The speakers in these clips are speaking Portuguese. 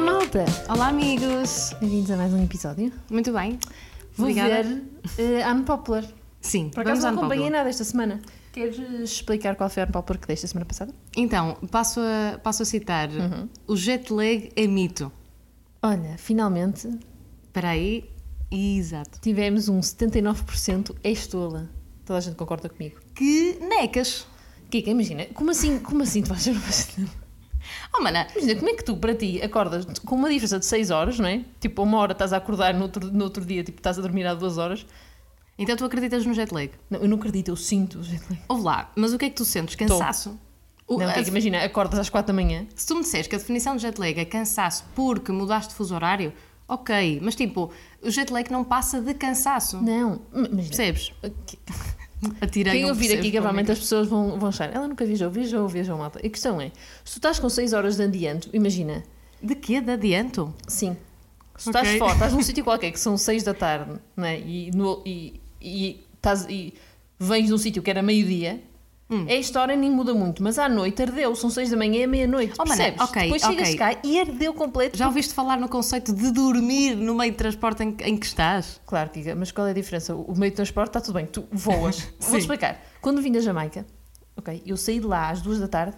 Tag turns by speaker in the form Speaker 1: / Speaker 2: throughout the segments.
Speaker 1: Malta,
Speaker 2: Olá, amigos!
Speaker 1: bem-vindos a mais um episódio.
Speaker 2: Muito bem.
Speaker 1: Vou
Speaker 2: Obrigada.
Speaker 1: ver uh, Unpopular.
Speaker 2: Sim,
Speaker 1: Por
Speaker 2: vamos
Speaker 1: acaso
Speaker 2: à
Speaker 1: não acompanhei
Speaker 2: Unpopular.
Speaker 1: nada esta semana. Queres uh, explicar qual foi a Unpopular que dei esta semana passada?
Speaker 2: Então, passo a, passo a citar.
Speaker 1: Uhum.
Speaker 2: O jet lag é mito.
Speaker 1: Olha, finalmente
Speaker 2: Espera aí. Exato.
Speaker 1: tivemos um 79% estola. Toda a gente concorda comigo.
Speaker 2: Que necas!
Speaker 1: Kika, imagina, como assim, como assim tu vais ser uma estola?
Speaker 2: Oh, mana,
Speaker 1: Imagina, como é que tu, para ti, acordas com uma diferença de 6 horas, não é? Tipo, uma hora estás a acordar, no outro, no outro dia tipo, estás a dormir há 2 horas.
Speaker 2: então tu acreditas no jet lag?
Speaker 1: Não, eu não acredito, eu sinto. Gente.
Speaker 2: Ouve lá, mas o que é que tu sentes? Cansaço? O-
Speaker 1: Não,
Speaker 2: a-
Speaker 1: Kika, imagina, acordas às 4 da manhã.
Speaker 2: se tu me disseres que a definição de jet lag é cansaço porque mudaste de fuso horário, ok, mas tipo, o jet lag não passa de cansaço.
Speaker 1: Não, imagina.
Speaker 2: Percebes?
Speaker 1: Que-
Speaker 2: Atirei
Speaker 1: Quem
Speaker 2: um
Speaker 1: ouvir
Speaker 2: percebes
Speaker 1: aqui, é
Speaker 2: para o
Speaker 1: provavelmente as pessoas vão, vão achar. Ela nunca viajou, viajou, viajou, malta. E a questão é: se tu estás com 6 horas de adianto, imagina,
Speaker 2: micro. De quê? De adianto?
Speaker 1: sim. Se
Speaker 2: Ok.
Speaker 1: estás fora, estás num sítio qualquer que são 6 da tarde, né? E, no- e, e, estás, e vens de um sítio que era meio-dia,
Speaker 2: Hum.
Speaker 1: é a história nem muda muito. Mas à noite ardeu, são 6 da manhã e é meia-noite.
Speaker 2: Oh, mana,
Speaker 1: percebes?
Speaker 2: ok,
Speaker 1: Depois chegas
Speaker 2: ok.
Speaker 1: cá e ardeu completo.
Speaker 2: Já ouviste falar no conceito de dormir no meio de transporte em, em que estás?
Speaker 1: Claro, Kika, mas qual é a diferença? O meio de transporte está tudo bem, tu voas.
Speaker 2: Sim.
Speaker 1: Vou-te explicar. Quando vim da Jamaica, ok, eu saí de lá às duas da tarde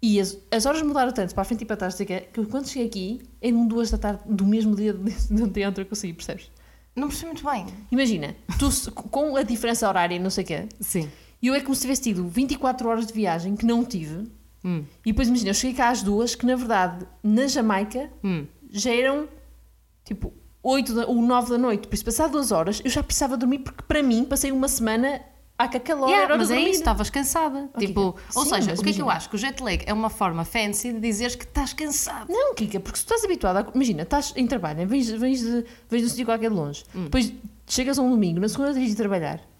Speaker 1: e as, as horas mudaram tanto para a frente e para trás, não sei o quê, que quando cheguei aqui eram duas da tarde do mesmo dia de de ontem à outra que eu saí, percebes?
Speaker 2: Não percebi muito bem.
Speaker 1: Imagina, tu se- com a diferença horária e não sei o quê,
Speaker 2: Sim.
Speaker 1: eu é como se tivesse tido 24 horas de viagem que não tive
Speaker 2: Hum.
Speaker 1: e depois imagina, eu cheguei cá às duas que na verdade na Jamaica
Speaker 2: Hum.
Speaker 1: já eram tipo 8 da, ou 9 da noite. Por isso, passado duas horas, eu já precisava dormir, porque para mim passei uma semana a calor.
Speaker 2: Yeah,
Speaker 1: era hora
Speaker 2: mas
Speaker 1: de
Speaker 2: é
Speaker 1: dormir.
Speaker 2: isso, estavas cansada.
Speaker 1: Ok.
Speaker 2: Tipo, ou
Speaker 1: Sim,
Speaker 2: seja,
Speaker 1: mas
Speaker 2: o que é que eu
Speaker 1: imagina.
Speaker 2: acho? Que o jet lag é uma forma fancy de dizeres que estás cansado.
Speaker 1: Não, Kika, porque se tu estás habituada, a- imagina, estás em trabalho, né? vens, vens, de, vens de um sítio qualquer de longe,
Speaker 2: Hum.
Speaker 1: depois chegas a um domingo, na segunda tens de trabalhar,
Speaker 2: Hum.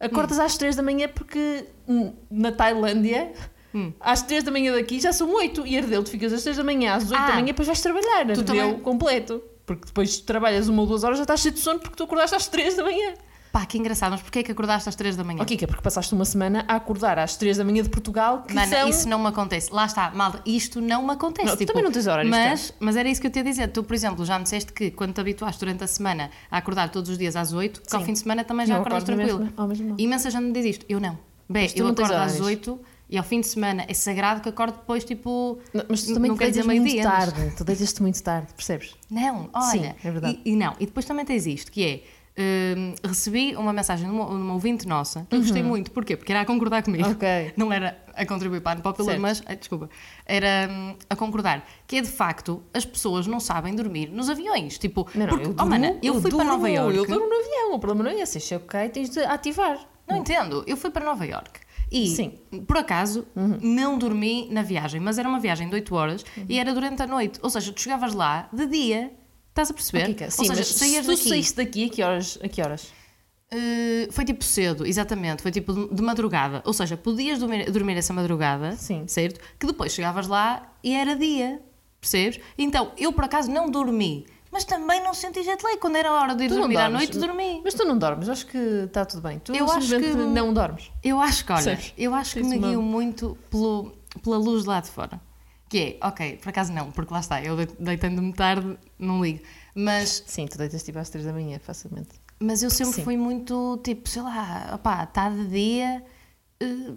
Speaker 1: acordas às 3 da manhã porque hum, na Tailândia.
Speaker 2: Hum.
Speaker 1: Às 3 da manhã daqui já são 8 e ardeu, tu ficas às 3 da manhã, às 8 da
Speaker 2: Ah.
Speaker 1: manhã, depois vais trabalhar, ardeu
Speaker 2: também-
Speaker 1: completo. Porque depois trabalhas uma ou duas horas já estás cheio de sono porque tu acordaste às 3 da manhã.
Speaker 2: Pá, que engraçado, mas porquê é que acordaste às 3 da manhã?
Speaker 1: Ó, Kika, porque passaste uma semana a acordar às 3 da manhã de Portugal, que
Speaker 2: Mana,
Speaker 1: são...
Speaker 2: isso não me acontece. Lá está, malta, isto não me acontece.
Speaker 1: Não, tu
Speaker 2: tipo,
Speaker 1: também não tens horários,
Speaker 2: mas, mas era isso que eu te ia dizer. Tu, por exemplo, já me disseste que quando te habituaste durante a semana a acordar todos os dias às 8, que ao
Speaker 1: Sim.
Speaker 2: fim de semana também já
Speaker 1: Eu
Speaker 2: acordas
Speaker 1: acordo
Speaker 2: tranquilo.
Speaker 1: mesmo, ao mesmo modo.
Speaker 2: Imensa gente me diz isto. Eu não. Bem,
Speaker 1: tu
Speaker 2: eu
Speaker 1: não tens
Speaker 2: acordo às
Speaker 1: horários.
Speaker 2: 8 e ao fim de semana é sagrado que acordo depois, tipo.
Speaker 1: Não, mas tu
Speaker 2: n-
Speaker 1: também
Speaker 2: não
Speaker 1: te
Speaker 2: quer dizer
Speaker 1: deitas muito
Speaker 2: meio-dia. mas-
Speaker 1: tarde, tu deitas-te muito tarde, percebes?
Speaker 2: Não,
Speaker 1: Sim,
Speaker 2: olha.
Speaker 1: é verdade.
Speaker 2: E, e não, e depois também tens isto, que é. hum, recebi uma mensagem de uma, de uma ouvinte nossa que eu gostei muito, porquê? Porque era a concordar comigo
Speaker 1: Uhum. Ok.
Speaker 2: não era a contribuir para a Unpopular
Speaker 1: Certo.
Speaker 2: mas, ai, desculpa, era hum, a concordar que é de facto, as pessoas não sabem dormir nos aviões, tipo
Speaker 1: Não, não,
Speaker 2: porque,
Speaker 1: eu
Speaker 2: oh,
Speaker 1: durmo,
Speaker 2: mana, eu, fui para
Speaker 1: durmo,
Speaker 2: Nova Iorque
Speaker 1: Eu durmo no avião, o problema não é esse, é ok, tens de ativar.
Speaker 2: Não entendo. Eu fui para Nova York e,
Speaker 1: Sim. Uhum.
Speaker 2: por acaso, não dormi na viagem, mas era uma viagem de 8 horas
Speaker 1: Uhum.
Speaker 2: e era durante a noite. Ou seja, tu chegavas lá de dia, estás a perceber?
Speaker 1: Ó, Kika, sim,
Speaker 2: Ou seja,
Speaker 1: mas se
Speaker 2: saías
Speaker 1: tu
Speaker 2: daqui.
Speaker 1: saíste daqui, a que horas? A que horas?
Speaker 2: eh, foi tipo cedo, exatamente, foi tipo de- de madrugada. Ou seja, podias dormir, dormir essa madrugada,
Speaker 1: Sim.
Speaker 2: certo? Que depois chegavas lá e era dia, percebes? Então, eu por acaso não dormi, mas também não senti jet lag. Quando era a hora de ir
Speaker 1: Tu não
Speaker 2: dormir à
Speaker 1: dormes.
Speaker 2: noite, dormi.
Speaker 1: Mas tu não dormes, acho que está tudo bem. Tu
Speaker 2: Eu acho
Speaker 1: simplesmente
Speaker 2: que-
Speaker 1: não dormes.
Speaker 2: Eu acho que, olha,
Speaker 1: Percebes?
Speaker 2: eu acho que
Speaker 1: Tens
Speaker 2: me
Speaker 1: uma-
Speaker 2: guio muito pelo, pela luz de lá de fora. Que é, ok, por acaso não, porque lá está, eu de- deitando-me tarde, não ligo. Mas,
Speaker 1: Sim, tu deitas tipo às 3 da manhã, facilmente.
Speaker 2: mas eu sempre
Speaker 1: Sim.
Speaker 2: fui muito, tipo, sei lá, opá, está de dia, eh,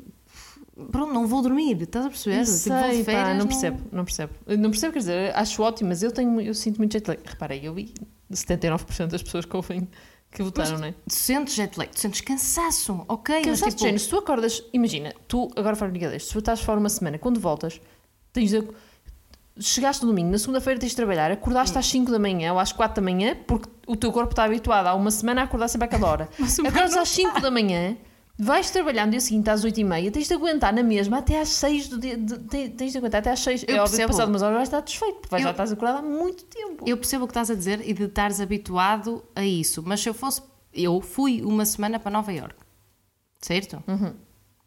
Speaker 2: pronto, não vou dormir, estás a perceber?
Speaker 1: Não
Speaker 2: tipo, vou de
Speaker 1: sei, pá,
Speaker 2: férias,
Speaker 1: não percebo, não percebo. Não percebo, quer dizer, acho ótimo, mas eu tenho, eu sinto muito jet lag. Repara, eu vi 79% das pessoas que ouvem que votaram, não é?
Speaker 2: Tu sentes jet lag, tu sentes cansaço, ok,
Speaker 1: Que eu
Speaker 2: mas
Speaker 1: tipo...
Speaker 2: tipo...
Speaker 1: género, se tu acordas, imagina, tu agora fora brincadeira, se tu estás fora uma semana, quando voltas, tens de. Chegaste no domingo, na segunda-feira tens de trabalhar, acordaste
Speaker 2: Hum.
Speaker 1: às 5 da manhã ou às 4 da manhã, porque o teu corpo está habituado há uma semana a acordar sempre àquela hora.
Speaker 2: Mas o meu
Speaker 1: Acordas
Speaker 2: não
Speaker 1: às 5 da manhã, vais trabalhar no dia seguinte às 8 e meia, tens de aguentar na mesma até às 6 do dia. de- te- tens de aguentar até às 6.
Speaker 2: Eu
Speaker 1: é óbvio que
Speaker 2: percebo.
Speaker 1: passado umas horas vais estar desfeito, porque vais
Speaker 2: Eu-
Speaker 1: já estás acordado há muito tempo.
Speaker 2: Eu percebo o que estás a dizer e de estares habituado a isso, mas se eu fosse. Eu fui uma semana para Nova Iorque, certo?
Speaker 1: Uhum.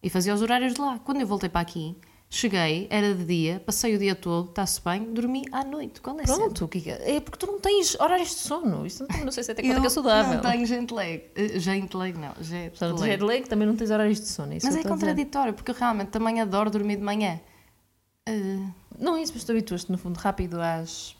Speaker 2: E fazia os horários de lá. Quando eu voltei para aqui, cheguei, era de dia, passei o dia todo, está-se bem, dormi à noite. Qual é a cena?
Speaker 1: Pronto, Kika, é porque tu não tens horários de sono. Isso não, não sei se até quanto é que é
Speaker 2: Eu
Speaker 1: saudável.
Speaker 2: não tenho gente lag. Eh, Gente lag, não. Jet
Speaker 1: Portanto,
Speaker 2: lag.
Speaker 1: jet lag também não tens horários de sono. é Isso
Speaker 2: Mas
Speaker 1: que eu
Speaker 2: é
Speaker 1: estou a dizer.
Speaker 2: contraditório, porque eu realmente também adoro dormir de manhã. Eh,
Speaker 1: Não é isso, mas tu habituas-te no fundo rápido às.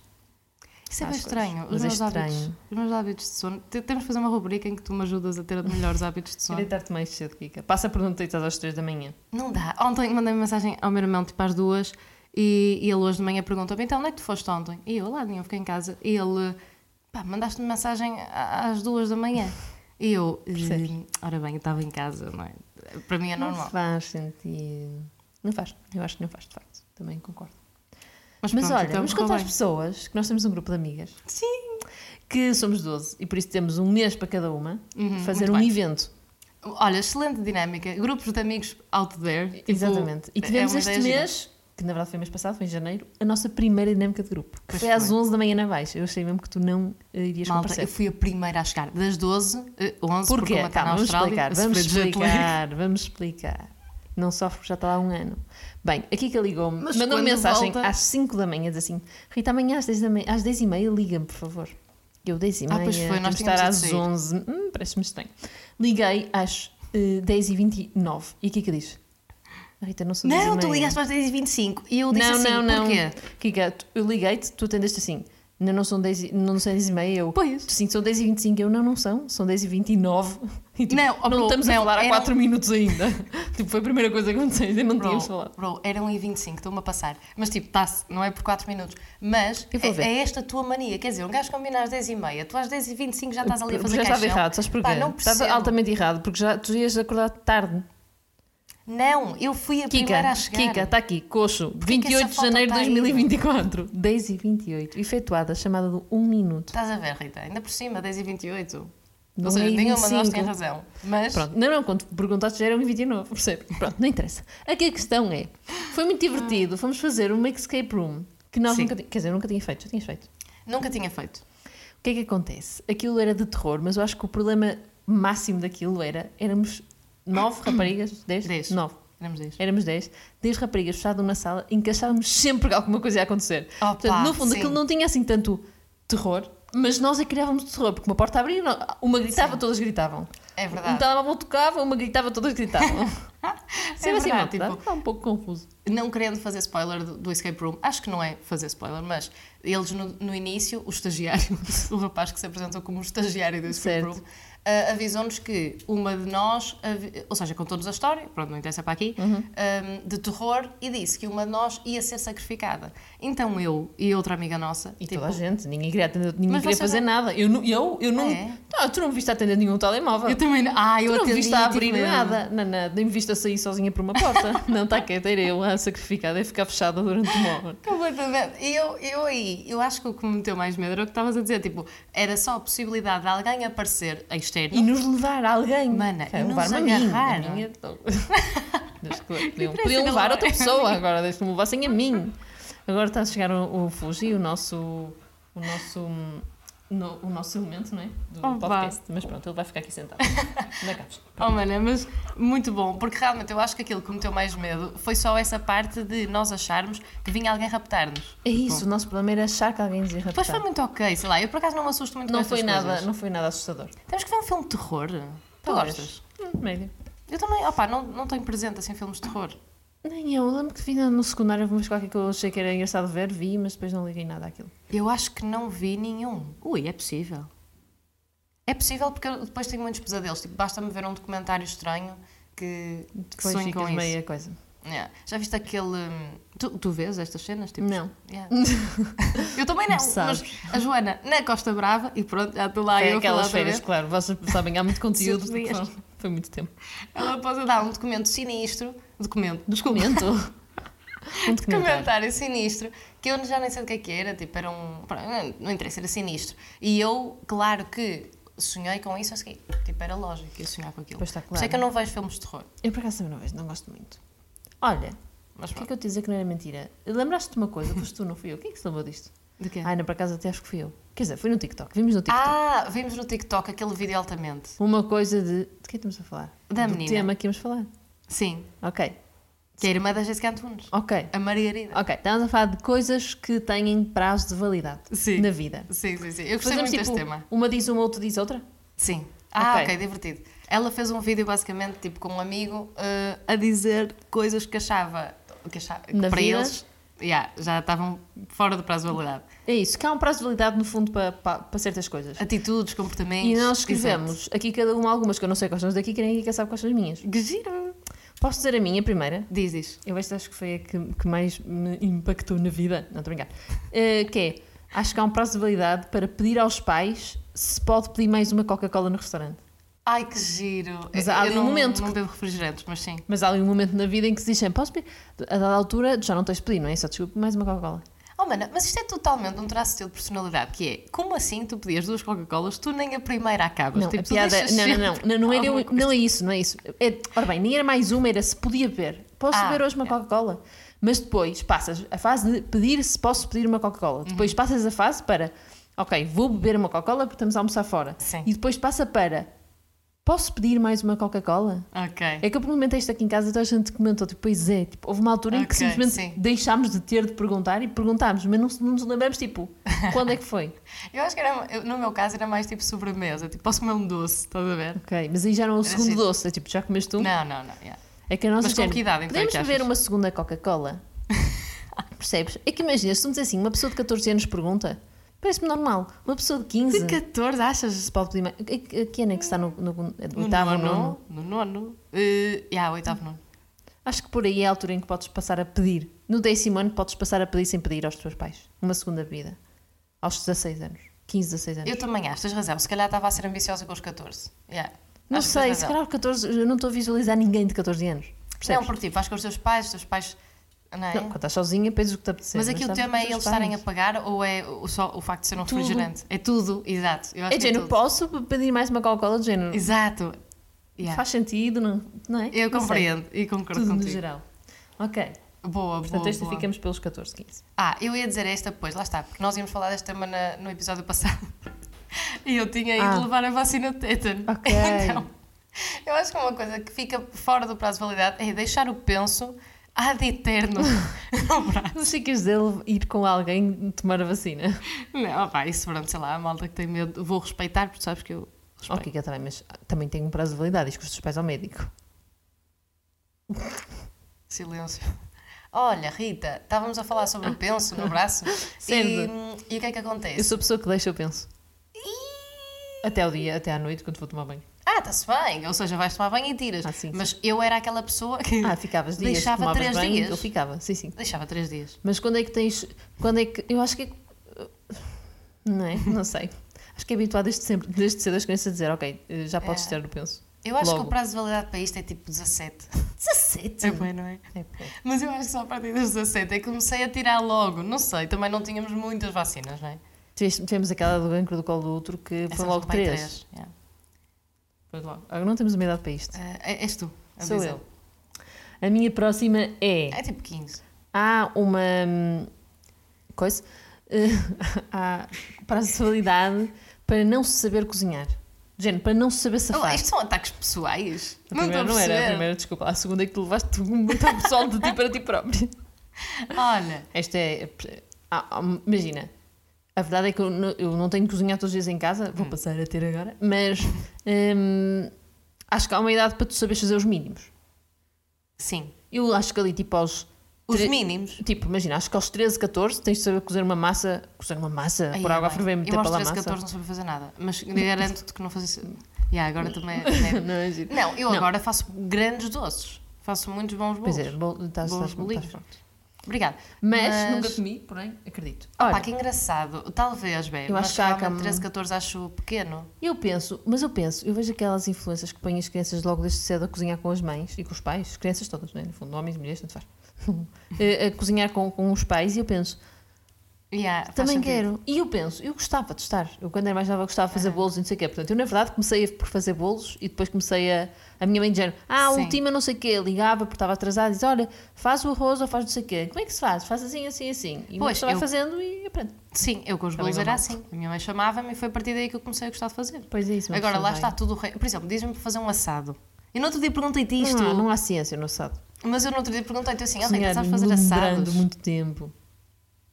Speaker 2: Isso é
Speaker 1: às
Speaker 2: bem estranho.
Speaker 1: coisas.
Speaker 2: Os
Speaker 1: Mas é
Speaker 2: meus, Hábitos,
Speaker 1: estranho.
Speaker 2: os meus hábitos de sono. Te- Temos de fazer uma rubrica em que tu me ajudas a ter melhores hábitos de
Speaker 1: E
Speaker 2: sono.
Speaker 1: deitar-te mais cedo, Kika. Passa por não te deitas às 3 da manhã.
Speaker 2: Não dá. Ontem mandei uma mensagem ao meu irmão, tipo às duas, e, e ele hoje de manhã perguntou-me: então, onde é que tu foste ontem? E eu, lá nenhum, fiquei em casa. E ele, pá, mandaste-me mensagem a- às duas da manhã. E eu,
Speaker 1: Percebes?
Speaker 2: "Hum, ora bem, eu estava em casa, não é? Para mim é normal.
Speaker 1: Não faz sentido. Não faz. Eu acho que não faz, de facto. Também concordo. Mas,
Speaker 2: pronto,
Speaker 1: olha,
Speaker 2: então
Speaker 1: vamos
Speaker 2: correu
Speaker 1: contar às
Speaker 2: bem.
Speaker 1: pessoas que nós temos um grupo de amigas
Speaker 2: Sim.
Speaker 1: que somos 12 e por isso temos um mês para cada uma
Speaker 2: Uhum,
Speaker 1: fazer
Speaker 2: muito
Speaker 1: um
Speaker 2: bem.
Speaker 1: evento.
Speaker 2: Olha, excelente dinâmica. Grupos de amigos out there. tipo,
Speaker 1: Exatamente. E
Speaker 2: é
Speaker 1: tivemos
Speaker 2: uma
Speaker 1: este
Speaker 2: ideia gira.
Speaker 1: mês, que na verdade foi o mês passado, foi em janeiro, a nossa primeira dinâmica de grupo. Que
Speaker 2: Pois
Speaker 1: foi às
Speaker 2: foi.
Speaker 1: 11 da manhã na baixa. Eu achei mesmo que tu não eh, irias
Speaker 2: Malta, eu
Speaker 1: comparecer.
Speaker 2: fui a primeira a chegar. Das 12, eh, 11, porque
Speaker 1: Porquê?
Speaker 2: uma está na
Speaker 1: Calma, vamos
Speaker 2: Austrália.
Speaker 1: explicar,
Speaker 2: a
Speaker 1: vamos
Speaker 2: sofrer de é. jet lag.
Speaker 1: explicar, vamos explicar. Não sofre porque já está lá há um ano. Bem, a Kika ligou-me,
Speaker 2: Mas
Speaker 1: mandou-me
Speaker 2: quando
Speaker 1: mensagem
Speaker 2: volta-
Speaker 1: às 5 da manhã, diz assim: Rita, amanhã às 10 da manhã- às 10 e meia, liga-me, por favor. Eu 10 e meia,
Speaker 2: Ah, pois foi,
Speaker 1: temos
Speaker 2: nós
Speaker 1: de estar
Speaker 2: tínhamos de
Speaker 1: às
Speaker 2: sair.
Speaker 1: 11, hum, parece-me estranho. Liguei às eh, 10 e 29 e a Kika diz: Rita, não sou 10
Speaker 2: Não,
Speaker 1: e
Speaker 2: tu
Speaker 1: meia."
Speaker 2: ligaste para as 10h25 e eu disse
Speaker 1: não,
Speaker 2: assim,
Speaker 1: não, não.
Speaker 2: porquê?
Speaker 1: Kika, tu- eu liguei-te, tu atendeste assim: Não, não são 10 e, não são 10 e meia, eu.
Speaker 2: Pois.
Speaker 1: Sim, são 10 e 25 eu não, não são, são 10 e 29 e, tipo,
Speaker 2: Não,
Speaker 1: não,
Speaker 2: oh, bro,
Speaker 1: estamos a
Speaker 2: não,
Speaker 1: falar há
Speaker 2: eram-
Speaker 1: 4 minutos ainda. tipo, foi a primeira coisa que aconteceu, ainda não
Speaker 2: Bro,
Speaker 1: tínhamos falado.
Speaker 2: bro, eram 1h25, estou-me a passar. Mas tipo, tá-se, não é por 4 minutos. Mas
Speaker 1: Eu
Speaker 2: é,
Speaker 1: vou ver.
Speaker 2: é esta tua mania. Quer dizer, um gajo combina às 10h30, tu às 10h25 já Ah, estás ali a fazer
Speaker 1: já estava
Speaker 2: caixão.
Speaker 1: errado, sabes porquê?
Speaker 2: Pá, não
Speaker 1: estava
Speaker 2: percebo.
Speaker 1: altamente errado, porque já tu ias acordar tarde.
Speaker 2: Não, eu fui a primeira
Speaker 1: Kika,
Speaker 2: a chegar.
Speaker 1: Kika, tá- está aqui, coxo,
Speaker 2: que essa
Speaker 1: 28 de
Speaker 2: foto
Speaker 1: janeiro de
Speaker 2: está aí?
Speaker 1: 2024, 10 e 28 efetuada a chamada de 1 minuto.
Speaker 2: Estás a ver, Rita? Ainda por cima, 10h28.
Speaker 1: Não
Speaker 2: Ou seja,
Speaker 1: é
Speaker 2: nenhuma de nós tem
Speaker 1: 25.
Speaker 2: razão. Mas
Speaker 1: Pronto, não, não, quando perguntaste já eram 29, percebe? Pronto, não interessa. Aqui a questão é: foi muito divertido, fomos fazer uma escape room que nós
Speaker 2: Sim.
Speaker 1: nunca tínhamos, quer dizer, nunca tinha feito, já tinhas feito.
Speaker 2: nunca tinha feito.
Speaker 1: O que é que acontece? Aquilo era de terror, mas eu acho que o problema máximo daquilo era: éramos nove raparigas, dez?
Speaker 2: Dez.
Speaker 1: Nove.
Speaker 2: Éramos 10.
Speaker 1: Éramos dez. Dez raparigas fechadas numa sala em que achávamos sempre que alguma coisa ia acontecer.
Speaker 2: Opa,
Speaker 1: Portanto, no fundo,
Speaker 2: sim.
Speaker 1: aquilo não tinha assim tanto terror, mas nós é que criávamos terror, porque uma porta abria, e nós- uma gritava, todas gritavam.
Speaker 2: É
Speaker 1: Um
Speaker 2: verdade.
Speaker 1: telemóvel tocava, uma gritava, todas gritavam. Sempre assim,
Speaker 2: verdade,
Speaker 1: malta,
Speaker 2: tipo-
Speaker 1: Está um pouco confuso.
Speaker 2: não querendo fazer spoiler do, do Escape Room, acho que não é fazer spoiler, mas eles no, no início, o estagiário, o rapaz que se apresentou como o estagiário do Escape
Speaker 1: Certo.
Speaker 2: Room, ah, avisou-nos que uma de nós, avi- ou seja, contou-nos a história, pronto, não interessa para aqui,
Speaker 1: Uhum.
Speaker 2: ahm, de terror, e disse que uma de nós ia ser sacrificada. Então eu e outra amiga nossa,
Speaker 1: E
Speaker 2: tipo,
Speaker 1: toda a gente, ninguém queria, atender, ninguém
Speaker 2: Mas
Speaker 1: queria
Speaker 2: vocês
Speaker 1: fazer
Speaker 2: não-
Speaker 1: nada. Eu, não- eu, eu não,
Speaker 2: É?
Speaker 1: Ah, Tu não me viste a atender nenhum telemóvel.
Speaker 2: eu também não, ah,
Speaker 1: tu
Speaker 2: eu
Speaker 1: não me
Speaker 2: atendi,
Speaker 1: viste a
Speaker 2: tipo,
Speaker 1: abrir
Speaker 2: eu-
Speaker 1: nada. Não, não, nem me viste a sair sozinha por uma porta. não está quieta, era eu a sacrificada e ficar fechada durante uma hora.
Speaker 2: Completamente. E eu, eu aí, eu acho que o que me meteu mais medo era o que estavas a dizer, tipo, era só a possibilidade de alguém aparecer externo.
Speaker 1: E nos levar a alguém.
Speaker 2: Mana,
Speaker 1: Cara,
Speaker 2: e nos
Speaker 1: levar-me a mim,
Speaker 2: agarrar.
Speaker 1: a minha- Deus, que- podiam,
Speaker 2: parece
Speaker 1: podiam
Speaker 2: que
Speaker 1: levar
Speaker 2: não-
Speaker 1: outra pessoa agora, desde que me levassem a mim. Agora está a chegar o, o Fuji, o nosso. O nosso. hum, no- o nosso elemento, não é? Do
Speaker 2: Opa.
Speaker 1: podcast. Mas pronto, ele vai ficar aqui sentado. é, Na cápsula.
Speaker 2: Oh, mana, mas muito bom, porque realmente eu acho que aquilo que me meteu mais medo foi só essa parte de nós acharmos que vinha alguém raptar-nos.
Speaker 1: É isso, o nosso problema era achar que alguém dizia
Speaker 2: Depois foi muito ok, sei lá, eu por acaso não me assusto muito com
Speaker 1: Não
Speaker 2: estas
Speaker 1: foi, nada,
Speaker 2: coisas.
Speaker 1: não foi nada assustador.
Speaker 2: Temos que ver um filme de terror. Tu
Speaker 1: Talvez.
Speaker 2: gostas?
Speaker 1: Hum, Médio.
Speaker 2: Eu também, opá, não, não tenho presente assim filmes de terror.
Speaker 1: Nem eu, lembro que vi no no secundário mas qualquer que eu achei que era engraçado ver, vi, mas depois não liguei nada àquilo.
Speaker 2: Eu acho que não vi nenhum. Ui, é possível. É possível porque eu depois tenho muitos pesadelos, tipo, basta-me ver um documentário estranho que, que
Speaker 1: Depois
Speaker 2: sonho com
Speaker 1: ficas
Speaker 2: isso.
Speaker 1: meia coisa.
Speaker 2: Yeah. Já viste aquele... hum, Tu, tu vês estas cenas? Tipo,
Speaker 1: Não.
Speaker 2: Yeah. eu também não,
Speaker 1: Sabes.
Speaker 2: mas a Joana na Costa Brava, e pronto, já estou lá
Speaker 1: é
Speaker 2: Ah, eu a falar
Speaker 1: aquelas
Speaker 2: outra
Speaker 1: feiras,
Speaker 2: vez,
Speaker 1: claro, vocês sabem, há muito conteúdo.
Speaker 2: Sim,
Speaker 1: porque foi- foi muito tempo.
Speaker 2: ela pôs a dar um documento sinistro, documento, desculpa,
Speaker 1: Documento. um documentário.
Speaker 2: comentário sinistro, que eu já nem sei do que é que era, tipo, era um, pronto, não, não interessa, era sinistro. E eu, claro que sonhei com isso, assim, tipo, era lógico eu sonhar com aquilo.
Speaker 1: Pois está
Speaker 2: Por isso é
Speaker 1: claro.
Speaker 2: que eu não vejo filmes de terror,
Speaker 1: Eu por acaso também não vejo, não gosto muito. Olha,
Speaker 2: mas
Speaker 1: o que é
Speaker 2: pronto.
Speaker 1: que eu te dizer que não era mentira? Lembraste-te de uma coisa, foste tu, não fui eu. Quem é que se lembrou disto?
Speaker 2: De quê?
Speaker 1: Ai, não, por acaso até acho que fui eu. Quer dizer, foi no TikTok, vimos no TikTok.
Speaker 2: Ah, vimos no TikTok aquele vídeo altamente.
Speaker 1: Uma coisa de. De que estamos a falar?
Speaker 2: Ah. Da
Speaker 1: Do
Speaker 2: menina.
Speaker 1: tema que íamos falar.
Speaker 2: Sim,
Speaker 1: Ok,
Speaker 2: que é a irmã da Jéssica Antunes,
Speaker 1: ok.
Speaker 2: a Margarida.
Speaker 1: Ok, estamos a falar de coisas que têm prazo de validade
Speaker 2: Sim.
Speaker 1: na vida. tipo,
Speaker 2: Sim, sim, sim. Eu gostei muito deste tema.
Speaker 1: uma diz uma, outra diz outra.
Speaker 2: Sim. Ah, ok,
Speaker 1: Ok.
Speaker 2: divertido. Ela fez um vídeo basicamente tipo com um amigo eh, a dizer coisas que achava que, achava, que
Speaker 1: Na
Speaker 2: para
Speaker 1: vida?
Speaker 2: eles Yeah, já estavam fora do prazo de validade.
Speaker 1: É isso, que há um prazo de validade no fundo para, para, para certas coisas.
Speaker 2: Atitudes, comportamentos.
Speaker 1: E nós
Speaker 2: É exato.
Speaker 1: escrevemos aqui cada uma algumas que eu não sei quais são as daqui, é que nem aqui quer sabe quais são as minhas.
Speaker 2: Que giro!
Speaker 1: Posso dizer a minha primeira?
Speaker 2: Diz isto.
Speaker 1: Eu esta acho que foi a que, que mais me impactou na vida. Não, estou a brincar. Eh, que é, acho que há um prazo de validade para pedir aos pais se pode pedir mais uma Coca-Cola no restaurante.
Speaker 2: Ai, que giro!
Speaker 1: Mas
Speaker 2: Eu-
Speaker 1: há
Speaker 2: eu
Speaker 1: ali um
Speaker 2: não,
Speaker 1: momento
Speaker 2: Não bebo refrigerantes, mas sim.
Speaker 1: Mas há ali um momento na vida em que se dizem, posso pedir? A dada altura, tu já não tens de pedir, não é? Só desculpa, mais uma Coca-Cola.
Speaker 2: Oh, mana, mas isto é totalmente um traço teu de personalidade, que é como assim tu pedias duas Coca-Colas, tu nem a primeira acabas?
Speaker 1: Não,
Speaker 2: Tipo,
Speaker 1: a
Speaker 2: tu
Speaker 1: piada,
Speaker 2: deixas
Speaker 1: não, não, não,
Speaker 2: sempre
Speaker 1: não, não, era,
Speaker 2: alguma
Speaker 1: eu- não é isso, não é isso. É, ora bem, nem era mais uma, era se podia beber. Posso
Speaker 2: Ah,
Speaker 1: beber hoje uma Coca-Cola? Mas depois passas a fase de pedir se posso pedir uma Coca-Cola.
Speaker 2: Uhum.
Speaker 1: Depois passas a fase para, ok, vou beber uma Coca-Cola porque estamos a almoçar fora.
Speaker 2: Sim.
Speaker 1: E depois passa para, posso pedir mais uma Coca-Cola?
Speaker 2: Ok.
Speaker 1: É que eu perguntei isto aqui em casa e toda a gente comentou, tipo, pois é, tipo, houve uma altura em que
Speaker 2: Ok,
Speaker 1: simplesmente
Speaker 2: sim.
Speaker 1: deixámos de ter de perguntar e perguntámos, mas não, não nos lembramos, tipo, quando é que foi?
Speaker 2: Eu acho que era, eu- no meu caso era mais tipo sobremesa, tipo posso comer um doce, estás a ver?
Speaker 1: Ok, mas aí já não é o segundo
Speaker 2: assim.
Speaker 1: doce, é tipo, já comeste um?
Speaker 2: Não, não, não. yeah.
Speaker 1: É que a nossa
Speaker 2: Mas com
Speaker 1: género,
Speaker 2: que idade, então, é
Speaker 1: Podemos
Speaker 2: que achas?
Speaker 1: beber uma segunda Coca-Cola? Percebes? É que imagina, se tu me dizes assim, uma pessoa de 14 anos pergunta, parece-me normal. Uma pessoa de 15
Speaker 2: De 14, achas?
Speaker 1: se pode pedir mais. A- a- Que ano é que está no, no, no
Speaker 2: No
Speaker 1: oitavo
Speaker 2: nono?
Speaker 1: nono?
Speaker 2: No nono? Eh, yeah, oitavo nono.
Speaker 1: Acho que por aí é a altura em que podes passar a pedir. No décimo ano podes passar a pedir sem pedir aos teus pais. Uma segunda vida. Aos 16 anos. 15, 16 anos.
Speaker 2: Eu também acho, tens razão. Se calhar estava a ser ambiciosa com os 14. Yeah.
Speaker 1: não
Speaker 2: Acho que
Speaker 1: sei,
Speaker 2: tens
Speaker 1: se
Speaker 2: razão.
Speaker 1: calhar aos 14, eu não estou a visualizar ninguém de 14 anos.
Speaker 2: Não,
Speaker 1: Percebes?
Speaker 2: porque tipo, vais com os teus pais, os teus pais. Não, é?
Speaker 1: Não, quando estás sozinha, pedes o que te apetecer. tá,
Speaker 2: Mas aqui o
Speaker 1: estás
Speaker 2: tema
Speaker 1: com
Speaker 2: é
Speaker 1: os
Speaker 2: eles
Speaker 1: teus
Speaker 2: estarem a
Speaker 1: pais.
Speaker 2: pagar ou é o- só o facto de ser um
Speaker 1: Tudo.
Speaker 2: refrigerante? É tudo, exato. Eu acho
Speaker 1: É de
Speaker 2: que é
Speaker 1: género,
Speaker 2: tudo.
Speaker 1: posso pedir mais uma Coca-Cola de género?
Speaker 2: Exato. Yeah.
Speaker 1: Faz sentido, não, não é?
Speaker 2: Eu
Speaker 1: Não sei.
Speaker 2: compreendo e concordo
Speaker 1: Tudo no
Speaker 2: contigo.
Speaker 1: geral. Ok.
Speaker 2: Boa,
Speaker 1: Portanto,
Speaker 2: boa,
Speaker 1: esta
Speaker 2: boa.
Speaker 1: ficamos pelos 14, 15.
Speaker 2: Ah, eu ia dizer esta, pois, lá está, porque nós íamos falar deste tema na- no episódio passado e eu tinha ido
Speaker 1: Ah.
Speaker 2: levar a vacina de tétano.
Speaker 1: Ok.
Speaker 2: Então, eu acho que uma coisa que fica fora do prazo de validade é deixar o penso ad eterno no prazo.
Speaker 1: Não ficas dele ir com alguém tomar a vacina.
Speaker 2: Não, pá, isso pronto, sei lá, a malta que tem medo, vou respeitar, porque sabes que eu respeito.
Speaker 1: Ok, que eu também, mas também tenho um prazo de validade. Diz que os teus pais ao médico.
Speaker 2: Silêncio. Olha, Rita, estávamos a falar sobre o penso no braço e,
Speaker 1: Certo.
Speaker 2: e o que é que
Speaker 1: Eu
Speaker 2: acontece?
Speaker 1: sou a pessoa que deixa, eu penso. Até ao dia, até à noite, quando vou tomar banho.
Speaker 2: Ah, está-se bem, ou seja, vais tomar banho e tiras.
Speaker 1: Ah, sim,
Speaker 2: Mas eu era aquela pessoa que
Speaker 1: Ah, ficavas dias,
Speaker 2: Deixava
Speaker 1: tomavas
Speaker 2: três
Speaker 1: banho,
Speaker 2: dias.
Speaker 1: Eu ficava, sim, sim.
Speaker 2: deixava três dias.
Speaker 1: Mas quando é que tens. Quando é que. Eu acho que é. Não é? Não sei. Acho que é habitual desde sempre, desde cedo as crianças a dizer, ok, eh, já podes
Speaker 2: É.
Speaker 1: ter, eu penso.
Speaker 2: Eu acho que
Speaker 1: Logo.
Speaker 2: o prazo de validade para isto é tipo 17.
Speaker 1: 17?
Speaker 2: bem, não é?
Speaker 1: É pouco.
Speaker 2: Mas eu acho que só a partir dos 17 é que comecei a tirar logo. Não sei, também não tínhamos muitas vacinas, não é?
Speaker 1: Tiveste- Tivemos aquela do cancro do colo do outro que
Speaker 2: Essa
Speaker 1: foi
Speaker 2: não
Speaker 1: logo
Speaker 2: vai
Speaker 1: 3.
Speaker 2: três, yeah.
Speaker 1: Pois logo. Agora não temos uma idade para isto.
Speaker 2: Ah, é- és tu. a
Speaker 1: Sou
Speaker 2: dizer.
Speaker 1: eu. A minha próxima é.
Speaker 2: É tipo 15.
Speaker 1: Há uma. hum, coisa. eh, há personalidade para não se saber cozinhar. De Género, para não se saber
Speaker 2: Oh,
Speaker 1: safar.
Speaker 2: isto são ataques pessoais.
Speaker 1: A
Speaker 2: Não
Speaker 1: primeira
Speaker 2: estou a
Speaker 1: não era, a
Speaker 2: perceber.
Speaker 1: primeira, desculpa. A segunda é que tu levaste tu muito ao pessoal de ti para ti próprio.
Speaker 2: Olha,
Speaker 1: Esta é. ah, ah, imagina, a verdade é que eu não, eu não tenho de cozinhar todos os dias em casa,
Speaker 2: Hum.
Speaker 1: vou passar a ter agora, mas hum, acho que há uma idade para tu saberes fazer os mínimos.
Speaker 2: sim.
Speaker 1: Eu acho que ali, tipo, aos.
Speaker 2: Os
Speaker 1: tre-
Speaker 2: mínimos.
Speaker 1: Tipo, imagina, acho que aos 13, 14 tens de saber cozer uma massa, cozer uma massa,
Speaker 2: Ai,
Speaker 1: por água a
Speaker 2: bem.
Speaker 1: ferver, meter
Speaker 2: Eu
Speaker 1: para
Speaker 2: aos
Speaker 1: lá a
Speaker 2: 13,
Speaker 1: massa.
Speaker 2: 14 não soube fazer nada. Mas garanto-te que não fazia... Yeah, agora também... né?
Speaker 1: Não, é giro.
Speaker 2: Não, eu
Speaker 1: Não.
Speaker 2: agora faço grandes doces. Faço muitos bons bolos.
Speaker 1: Pois é, bol- estás,
Speaker 2: Bons
Speaker 1: estás,
Speaker 2: bolinhos.
Speaker 1: estás-
Speaker 2: Obrigada.
Speaker 1: mas, nunca comi, porém, acredito.
Speaker 2: Opa,
Speaker 1: Olha,
Speaker 2: que engraçado. Talvez, bem.
Speaker 1: Eu
Speaker 2: mas
Speaker 1: acho que há
Speaker 2: realmente
Speaker 1: cá-
Speaker 2: 13, 14 acho pequeno.
Speaker 1: Eu penso, mas eu penso, eu vejo aquelas influências que põem as crianças logo desde cedo a cozinhar com as mães e com os pais, as crianças todas, né? no fundo, homens, mulheres, tanto faz, Eh, a cozinhar com, com os pais e eu penso,
Speaker 2: Yeah, faz
Speaker 1: também
Speaker 2: sentido.
Speaker 1: quero. Ah. E eu penso, eu gostava de estar. Eu quando era mais nova gostava de fazer bolos e não sei o quê. Portanto, eu na verdade comecei a- por fazer bolos e depois comecei a. A minha mãe dizia, ah, a
Speaker 2: Sim.
Speaker 1: última não sei o quê, ligava porque estava atrasada e dizia, olha, faz o arroz ou faz não sei o quê. Como é que se faz? Faz assim, assim, assim. E
Speaker 2: Pois,
Speaker 1: pois, vai
Speaker 2: eu-
Speaker 1: fazendo e aprende.
Speaker 2: Sim, eu com os
Speaker 1: Também
Speaker 2: bolos
Speaker 1: não
Speaker 2: era
Speaker 1: mal.
Speaker 2: assim. A minha mãe chamava-me e foi a partir daí que eu comecei a gostar de fazer.
Speaker 1: Pois é isso. uma
Speaker 2: Agora,
Speaker 1: pessoa
Speaker 2: lá
Speaker 1: vai.
Speaker 2: está tudo o resto. Por exemplo, diz-me para fazer um assado. Eu no outro dia perguntei-te
Speaker 1: Não,
Speaker 2: isto.
Speaker 1: há- não é há ciência no assado.
Speaker 2: Mas eu no outro dia perguntei-te assim, ah, Rita,
Speaker 1: Cozinhar
Speaker 2: sabes fazer assados?
Speaker 1: demorando muito tempo.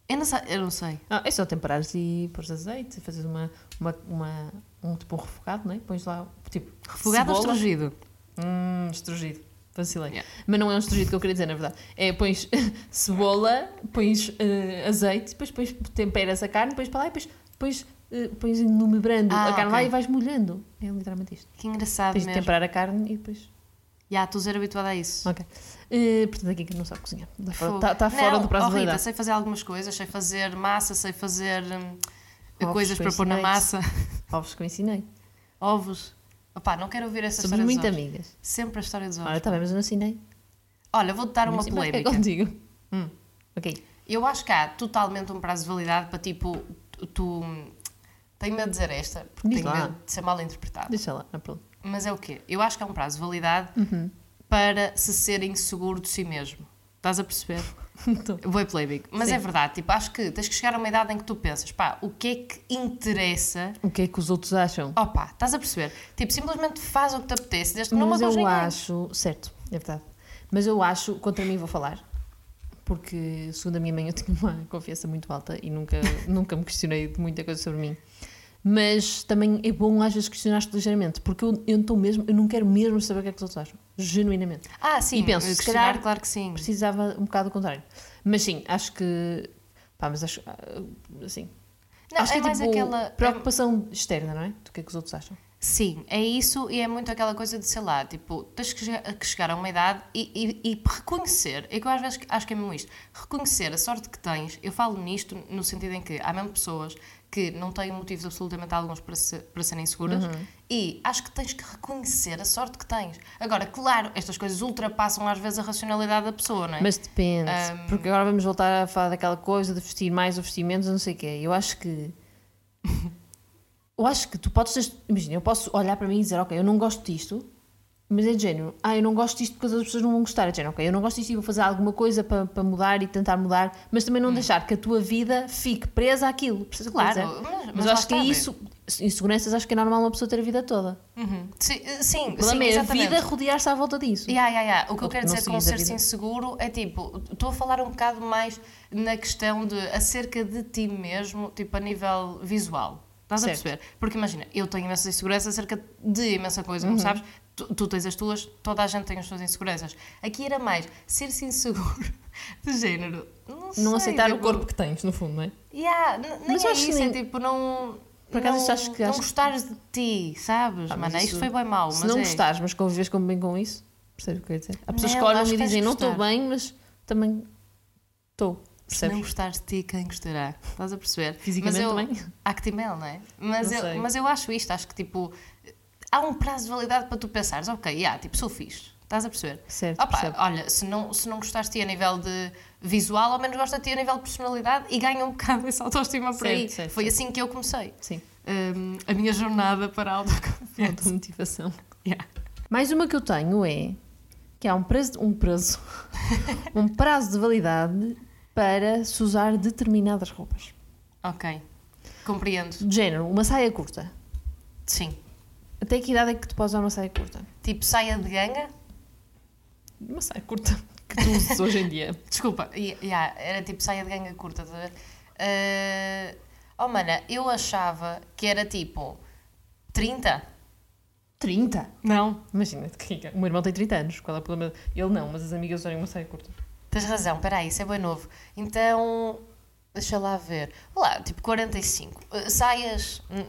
Speaker 2: Eu, não sei, eu não sei.
Speaker 1: Ah, é só temperares e pôres azeite, fazes uma, uma, uma- um tipo um refogado, não é? Pões lá, tipo,
Speaker 2: Refogado ou
Speaker 1: cebola.
Speaker 2: estrugido?
Speaker 1: Hum, estrugido. vacilei.
Speaker 2: Yeah.
Speaker 1: Mas não é um estrugido que eu queria dizer, na verdade. É, pões cebola, pões eh, azeite, depois, pões temperas a carne, pões para lá e depois pões, eh, pões em lume brando
Speaker 2: Ah,
Speaker 1: a carne lá
Speaker 2: ok.
Speaker 1: e vais molhando. É literalmente isto.
Speaker 2: Que engraçado
Speaker 1: Tens de
Speaker 2: mesmo.
Speaker 1: temperar a carne e depois...
Speaker 2: Já, estou zero habituada a isso.
Speaker 1: Ok. Eh, portanto, aqui que não sabe cozinhar. Está fora,
Speaker 2: Fogo.
Speaker 1: tá, tá fora
Speaker 2: Não,
Speaker 1: do prazo
Speaker 2: oh,
Speaker 1: de
Speaker 2: Rita,
Speaker 1: validade.
Speaker 2: sei fazer algumas coisas, sei fazer massa, sei fazer hum,
Speaker 1: Ovos,
Speaker 2: coisas para
Speaker 1: coisas
Speaker 2: pôr na
Speaker 1: de
Speaker 2: massa,
Speaker 1: Ovos que eu ensinei.
Speaker 2: ovos. Opá, não quero ouvir essa
Speaker 1: Somos
Speaker 2: história dos
Speaker 1: muito
Speaker 2: ovos.
Speaker 1: amigas.
Speaker 2: Sempre a história dos ovos.
Speaker 1: Olha, está bem, mas Ah, eu não ensinei.
Speaker 2: Olha, vou-te dar uma
Speaker 1: Mas sim, mas
Speaker 2: polémica.
Speaker 1: É contigo. Hum, ok.
Speaker 2: Eu acho que há totalmente um prazo de validade para tipo, tu- tu. Tenho medo de dizer esta, porque
Speaker 1: Diz
Speaker 2: tenho
Speaker 1: lá.
Speaker 2: medo de ser mal interpretado.
Speaker 1: Deixa lá. Ah, pronto.
Speaker 2: Mas é o quê? Eu acho que há um prazo de validade
Speaker 1: Uhum.
Speaker 2: para se ser inseguro de si mesmo. Estás a perceber?
Speaker 1: Então,
Speaker 2: Vou playback. Mas
Speaker 1: Sim.
Speaker 2: é verdade, tipo, acho que tens que chegar a uma idade em que tu pensas, pá, o que é que interessa?
Speaker 1: o que é que os outros acham?
Speaker 2: Opa, estás a perceber? Tipo, simplesmente faz o que te apetece, desde que não
Speaker 1: mas
Speaker 2: magoes
Speaker 1: eu
Speaker 2: ninguém.
Speaker 1: acho, certo, é verdade. Mas eu acho, contra mim vou falar, porque segundo a minha mãe eu tinha uma confiança muito alta e nunca, nunca me questionei de muita coisa sobre mim. Mas também é bom às vezes questionar-te ligeiramente, porque eu, eu estou mesmo, eu não quero mesmo saber o que é que os outros acham, genuinamente.
Speaker 2: Ah, sim,
Speaker 1: E penso, se
Speaker 2: questionar,
Speaker 1: calhar-
Speaker 2: claro que sim.
Speaker 1: Precisava um bocado do contrário. Mas sim, acho que. Pá, mas acho. Assim.
Speaker 2: Não,
Speaker 1: acho que
Speaker 2: é
Speaker 1: tipo
Speaker 2: mais aquela.
Speaker 1: preocupação externa, não é? Do que é que os outros acham.
Speaker 2: Sim, é isso e é muito aquela coisa de, sei lá, tipo, tens que, che- que chegar a uma idade e, e- e reconhecer, é que eu às vezes acho que é mesmo isto, reconhecer a sorte que tens, eu falo nisto no sentido em que há mesmo pessoas que não têm motivos absolutamente alguns para, se- para serem seguras
Speaker 1: Uhum.
Speaker 2: e acho que tens que reconhecer a sorte que tens. Agora, claro, estas coisas ultrapassam às vezes a racionalidade da pessoa, não é?
Speaker 1: Mas depende, porque agora vamos voltar a falar daquela coisa de vestir mais ou vestir menos, ou não sei o quê. Eu acho que. eu acho que tu podes ter. Imagina, eu posso olhar para mim e dizer, ok, eu não gosto disto, mas é de género, ah, eu não gosto disto porque as outras pessoas não vão gostar. É de género, ok, eu não gosto disto e vou fazer alguma coisa para, para mudar e tentar mudar, mas também não deixar que a tua vida fique presa àquilo. Percebes o que eu
Speaker 2: Hum. Claro,
Speaker 1: quero dizer?
Speaker 2: mas-
Speaker 1: mas,
Speaker 2: mas
Speaker 1: eu
Speaker 2: lá
Speaker 1: acho que é
Speaker 2: está, né?
Speaker 1: isso. Inseguranças acho que é normal uma pessoa ter a vida toda.
Speaker 2: Uhum. Sim, sim,
Speaker 1: O problema
Speaker 2: sim,
Speaker 1: é a
Speaker 2: exatamente.
Speaker 1: vida rodear-se à volta disso.
Speaker 2: Ya, ya, ya. O que eu
Speaker 1: Ou
Speaker 2: quero
Speaker 1: não
Speaker 2: dizer com
Speaker 1: seguires a
Speaker 2: ser-se
Speaker 1: vida.
Speaker 2: inseguro é tipo, estou a falar um bocado mais na questão de acerca de ti mesmo, tipo a nível visual. Estás a
Speaker 1: Certo.
Speaker 2: perceber? Porque imagina, eu tenho imensas inseguranças acerca de imensa coisa,
Speaker 1: Uhum.
Speaker 2: como sabes, tu, tu tens as tuas, toda a gente tem as suas inseguranças. Aqui era mais ser-se inseguro de género. Não, sei,
Speaker 1: Não aceitar o
Speaker 2: tipo,
Speaker 1: corpo que tens, no fundo, não é?
Speaker 2: Ya, n- nem
Speaker 1: Mas
Speaker 2: é
Speaker 1: acho que
Speaker 2: isso, é
Speaker 1: nem-
Speaker 2: tipo, não.
Speaker 1: Por acaso,
Speaker 2: não,
Speaker 1: isto acho que-
Speaker 2: não
Speaker 1: acho que-
Speaker 2: gostares de ti, sabes?
Speaker 1: Ah, mas
Speaker 2: Mano, isto
Speaker 1: isso-
Speaker 2: foi bem mau,
Speaker 1: Se
Speaker 2: mas
Speaker 1: não
Speaker 2: é.
Speaker 1: gostares, mas convives como bem com isso, percebes o que eu ia dizer? Há pessoas
Speaker 2: Não,
Speaker 1: que olham e
Speaker 2: acho que tens
Speaker 1: dizem,
Speaker 2: de
Speaker 1: não estou
Speaker 2: gostar."
Speaker 1: bem, mas também estou,
Speaker 2: Se não
Speaker 1: percebes?
Speaker 2: gostares de ti, quem gostará? Estás a perceber?
Speaker 1: Fisicamente
Speaker 2: mas eu,
Speaker 1: também.
Speaker 2: Actimel, não é? Mas,
Speaker 1: Não
Speaker 2: eu,
Speaker 1: sei.
Speaker 2: mas eu acho isto, acho que tipo, há um prazo de validade para tu pensares, ok, yeah, tipo, sou fixe. Estás a perceber?
Speaker 1: Certo,
Speaker 2: Opa,
Speaker 1: percebo.
Speaker 2: olha, se não, se não gostares de ti a nível de visual, ao menos gosta de ti a nível de personalidade e ganha um bocado essa autoestima por
Speaker 1: Certo,
Speaker 2: aí.
Speaker 1: certo,
Speaker 2: Foi assim que eu comecei
Speaker 1: Sim,
Speaker 2: hum, a minha jornada para a autoconfiança.
Speaker 1: falta motivação.
Speaker 2: Yeah.
Speaker 1: Mais uma que eu tenho é que há um prazo, um prazo, um prazo de validade para se usar determinadas roupas.
Speaker 2: Ok, compreendo.
Speaker 1: De género, uma saia curta.
Speaker 2: Sim.
Speaker 1: Até que idade é que tu podes usar uma saia curta?
Speaker 2: Tipo, saia de ganga.
Speaker 1: Uma saia curta que tu uses hoje em dia.
Speaker 2: Desculpa, e- yeah, era tipo saia de ganga curta, estás a ver? Eh, oh, mana, eu achava que era tipo 30.
Speaker 1: 30?
Speaker 2: Não.
Speaker 1: Imagina, que rica. O meu irmão tem 30 anos, qual é o problema? Ele não, mas as amigas usarem uma saia curta.
Speaker 2: Tens razão, espera aí, isso é bem novo. Então, deixa lá ver. Olá, tipo 45. Eh, saias. hum,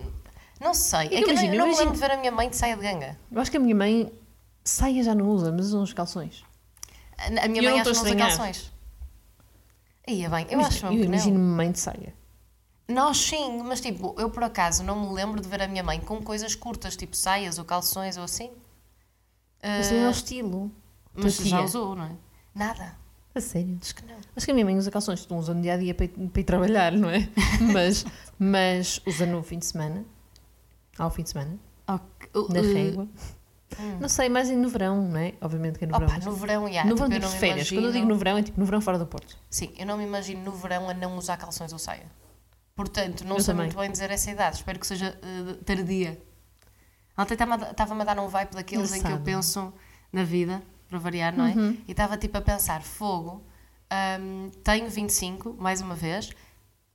Speaker 2: Não sei.
Speaker 1: que
Speaker 2: É que eu não-
Speaker 1: imagina,
Speaker 2: eu não me
Speaker 1: imagina.
Speaker 2: lembro de ver a minha mãe de saia de ganga.
Speaker 1: Eu acho que a minha mãe saia já não usa, mas usa uns calções.
Speaker 2: A- A minha
Speaker 1: Eu não estou
Speaker 2: mãe acha
Speaker 1: a
Speaker 2: que não usa
Speaker 1: estranhar.
Speaker 2: calções. Ia bem, eu
Speaker 1: Imagina-
Speaker 2: acho
Speaker 1: eu
Speaker 2: mesmo que não.
Speaker 1: imagino mãe de saia.
Speaker 2: Nós sim, mas tipo, eu por acaso não me lembro de ver a minha mãe com coisas curtas, tipo saias ou calções ou assim. Ah,
Speaker 1: Mas não é o estilo.
Speaker 2: mas
Speaker 1: Tua
Speaker 2: já
Speaker 1: tia.
Speaker 2: usou, não é? Nada.
Speaker 1: A sério.
Speaker 2: Acho que não.
Speaker 1: Acho que a minha mãe usa calções, não usa no dia a dia para ir, para ir trabalhar, não é? Mas, mas usa no fim de semana. Ao fim de semana,
Speaker 2: eh,
Speaker 1: na
Speaker 2: Uh.
Speaker 1: régua. Não sei, mais no verão, não é? Obviamente que é no verão.
Speaker 2: Hum.
Speaker 1: mas-
Speaker 2: Opa, no verão, já.
Speaker 1: no verão
Speaker 2: tipo, eu
Speaker 1: digo
Speaker 2: não me
Speaker 1: férias. Quando eu digo
Speaker 2: imagino-
Speaker 1: no verão, é tipo no verão fora do Porto.
Speaker 2: Sim, eu não me imagino no verão a não usar calções ou saia. Portanto, não
Speaker 1: Eu
Speaker 2: sei
Speaker 1: também.
Speaker 2: muito bem dizer essa idade. Espero que seja ah, tardia. Ontem estava-me a dar um vibe daqueles em que eu
Speaker 1: Engraçado. Uhum.
Speaker 2: penso na vida, para variar, não é? hum, E estava tipo a pensar: fogo, ahm, tenho 25, mais uma vez,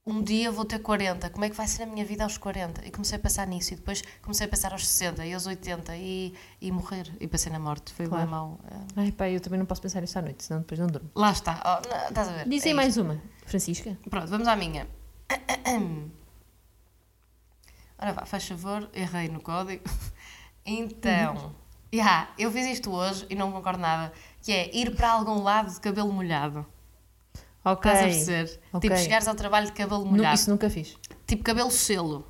Speaker 2: um dia vou ter 40, como é que vai ser a minha vida aos 40? E comecei a pensar nisso, e depois comecei a pensar aos 60 e aos 80 e, e morrer. E pensei na morte, foi
Speaker 1: Claro.
Speaker 2: bem mau. eh.
Speaker 1: Ai pá, eu também não posso pensar nisso à noite, senão depois não durmo.
Speaker 2: Lá está, oh, não, estás a ver?
Speaker 1: Dizem
Speaker 2: É
Speaker 1: mais uma, Francisca.
Speaker 2: isto. Pronto, vamos à minha. Ora vá, faz favor, errei no código.
Speaker 1: Uhum.
Speaker 2: Então, yeah, eu fiz isto hoje e não concordo nada, que é ir para algum lado de cabelo molhado.
Speaker 1: Ok.
Speaker 2: Estás a perceber?
Speaker 1: Ok.
Speaker 2: Tipo, chegares ao trabalho de cabelo
Speaker 1: Nu-
Speaker 2: molhado.
Speaker 1: isso nunca fiz.
Speaker 2: Tipo, cabelo selo.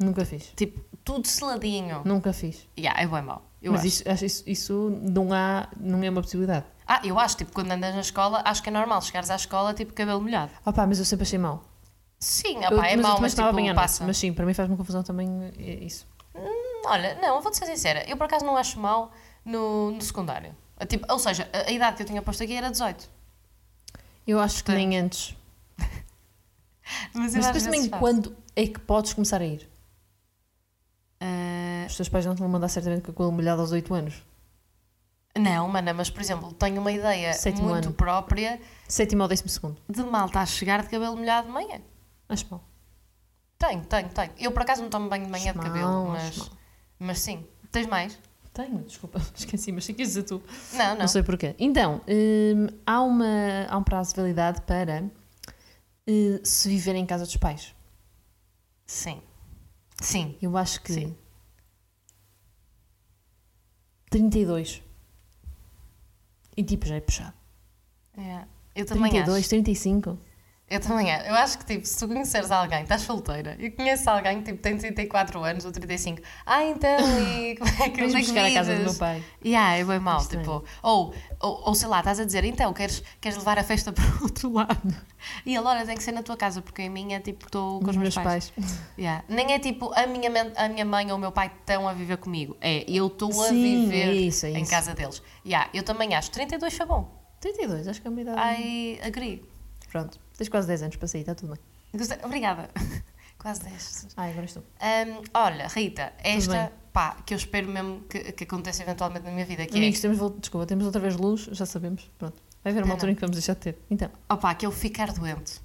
Speaker 1: Nunca fiz.
Speaker 2: Tipo, tudo seladinho.
Speaker 1: Nunca fiz.
Speaker 2: Yeah, é bem mau. Eu
Speaker 1: Mas
Speaker 2: acho.
Speaker 1: isso, acho isso, isso não há, não é uma possibilidade.
Speaker 2: Ah, eu acho, tipo, quando andas na escola, acho que é normal chegares à escola, tipo, cabelo molhado.
Speaker 1: Oh pá, mas eu sempre achei mal.
Speaker 2: Sim, opá, é
Speaker 1: eu,
Speaker 2: mau,
Speaker 1: também
Speaker 2: mas
Speaker 1: estava
Speaker 2: tipo,
Speaker 1: bem à noite,
Speaker 2: passa.
Speaker 1: Mas sim, para mim faz-me confusão também eh, isso.
Speaker 2: Hum, Olha, não, eu vou-te ser sincera, eu por acaso não acho mau no, no secundário. Ah, Tipo, ou seja, a, a idade que eu tinha posto aqui era 18.
Speaker 1: Eu acho que
Speaker 2: Tem.
Speaker 1: nem antes.
Speaker 2: Mas,
Speaker 1: Mas depois também, quando é que podes começar a ir?
Speaker 2: Ah,
Speaker 1: Os teus pais não te vão mandar certamente com a cola molhada aos 8 anos.
Speaker 2: não, mana, mas por exemplo, tenho uma ideia
Speaker 1: Sétimo
Speaker 2: muito
Speaker 1: ano.
Speaker 2: própria
Speaker 1: Sétimo ao décimo segundo.
Speaker 2: de malta a chegar de cabelo molhado de manhã.
Speaker 1: Acho mal.
Speaker 2: Tenho, tenho, tenho. Eu por acaso não tomo banho de manhã de
Speaker 1: Acho
Speaker 2: cabelo,
Speaker 1: mau,
Speaker 2: mas,
Speaker 1: acho
Speaker 2: mas sim. Tens mais?
Speaker 1: Tenho, desculpa, esqueci, mas sei que dizer tu. Não.
Speaker 2: Não, não.
Speaker 1: sei porquê. Então, hum, há, uma, há um prazo de validade para eh, se viver em casa dos pais.
Speaker 2: Sim. Sim.
Speaker 1: Eu acho que.
Speaker 2: Sim.
Speaker 1: 32. E tipo, já é puxado.
Speaker 2: É. Eu também
Speaker 1: 32,
Speaker 2: acho.
Speaker 1: 35.
Speaker 2: Eu também acho. Eu acho que, tipo, se tu conheceres alguém, estás solteira, e conheces alguém que, tipo, tem 34 anos ou 35, ah, então, e como é que
Speaker 1: Queres
Speaker 2: onde é que
Speaker 1: buscar a casa do meu
Speaker 2: vives?
Speaker 1: pai?
Speaker 2: Yeah, é bem mau,
Speaker 1: Estranho.
Speaker 2: tipo, ou, ou, ou sei lá, estás a dizer, então, queres, queres levar a festa para o outro lado? E a Laura tem que ser na tua casa, porque em minha, tipo, estou com os meus pais. Yeah. Nem é tipo a minha, men- a minha mãe ou o meu pai estão a viver comigo. É, eu estou a
Speaker 1: Sim,
Speaker 2: viver
Speaker 1: é isso, é
Speaker 2: em
Speaker 1: isso.
Speaker 2: casa deles. Yeah, eu também acho. 32 foi bom.
Speaker 1: 32, acho que é uma idade.
Speaker 2: I agree.
Speaker 1: Pronto, tens quase 10 anos para sair, está tudo bem.
Speaker 2: Gostei- Obrigada. Quase 10.
Speaker 1: Ai, agora estou.
Speaker 2: Ahm, olha, Rita, esta
Speaker 1: bem.
Speaker 2: pá, que eu espero mesmo que, que aconteça eventualmente na minha vida, É que
Speaker 1: Amigos, temos, vol- desculpa, temos outra vez luz, já sabemos. Pronto. Vai haver uma
Speaker 2: Não,
Speaker 1: altura em que vamos deixar de ter. Então,
Speaker 2: é opá, que eu ficar doente.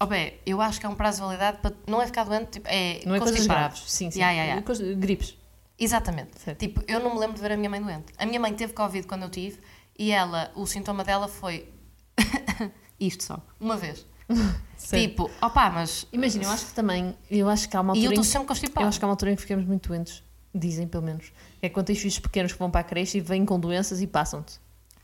Speaker 2: Ó bem, eu acho que é um prazo de validade para. Não é ficar doente, tipo, é.
Speaker 1: não é coisas
Speaker 2: constipado.
Speaker 1: graves. Sim, sim.
Speaker 2: Yeah, yeah, yeah.
Speaker 1: Coisas- gripes.
Speaker 2: Tipo, Exatamente.
Speaker 1: Certo.
Speaker 2: Tipo, eu não me lembro de ver a minha mãe doente. A minha mãe teve Covid quando eu tive e ela, o sintoma dela foi. Isto só. Uma vez.
Speaker 1: Certo.
Speaker 2: Tipo, opá, mas.
Speaker 1: Imagina, eu acho que também, eu acho que há uma
Speaker 2: E eu
Speaker 1: altura em
Speaker 2: estou
Speaker 1: que,
Speaker 2: sempre constipada.
Speaker 1: eu acho que há uma altura em que ficamos muito doentes, dizem pelo menos. É quando tens filhos pequenos que vão para a creche e vêm com doenças e passam-te.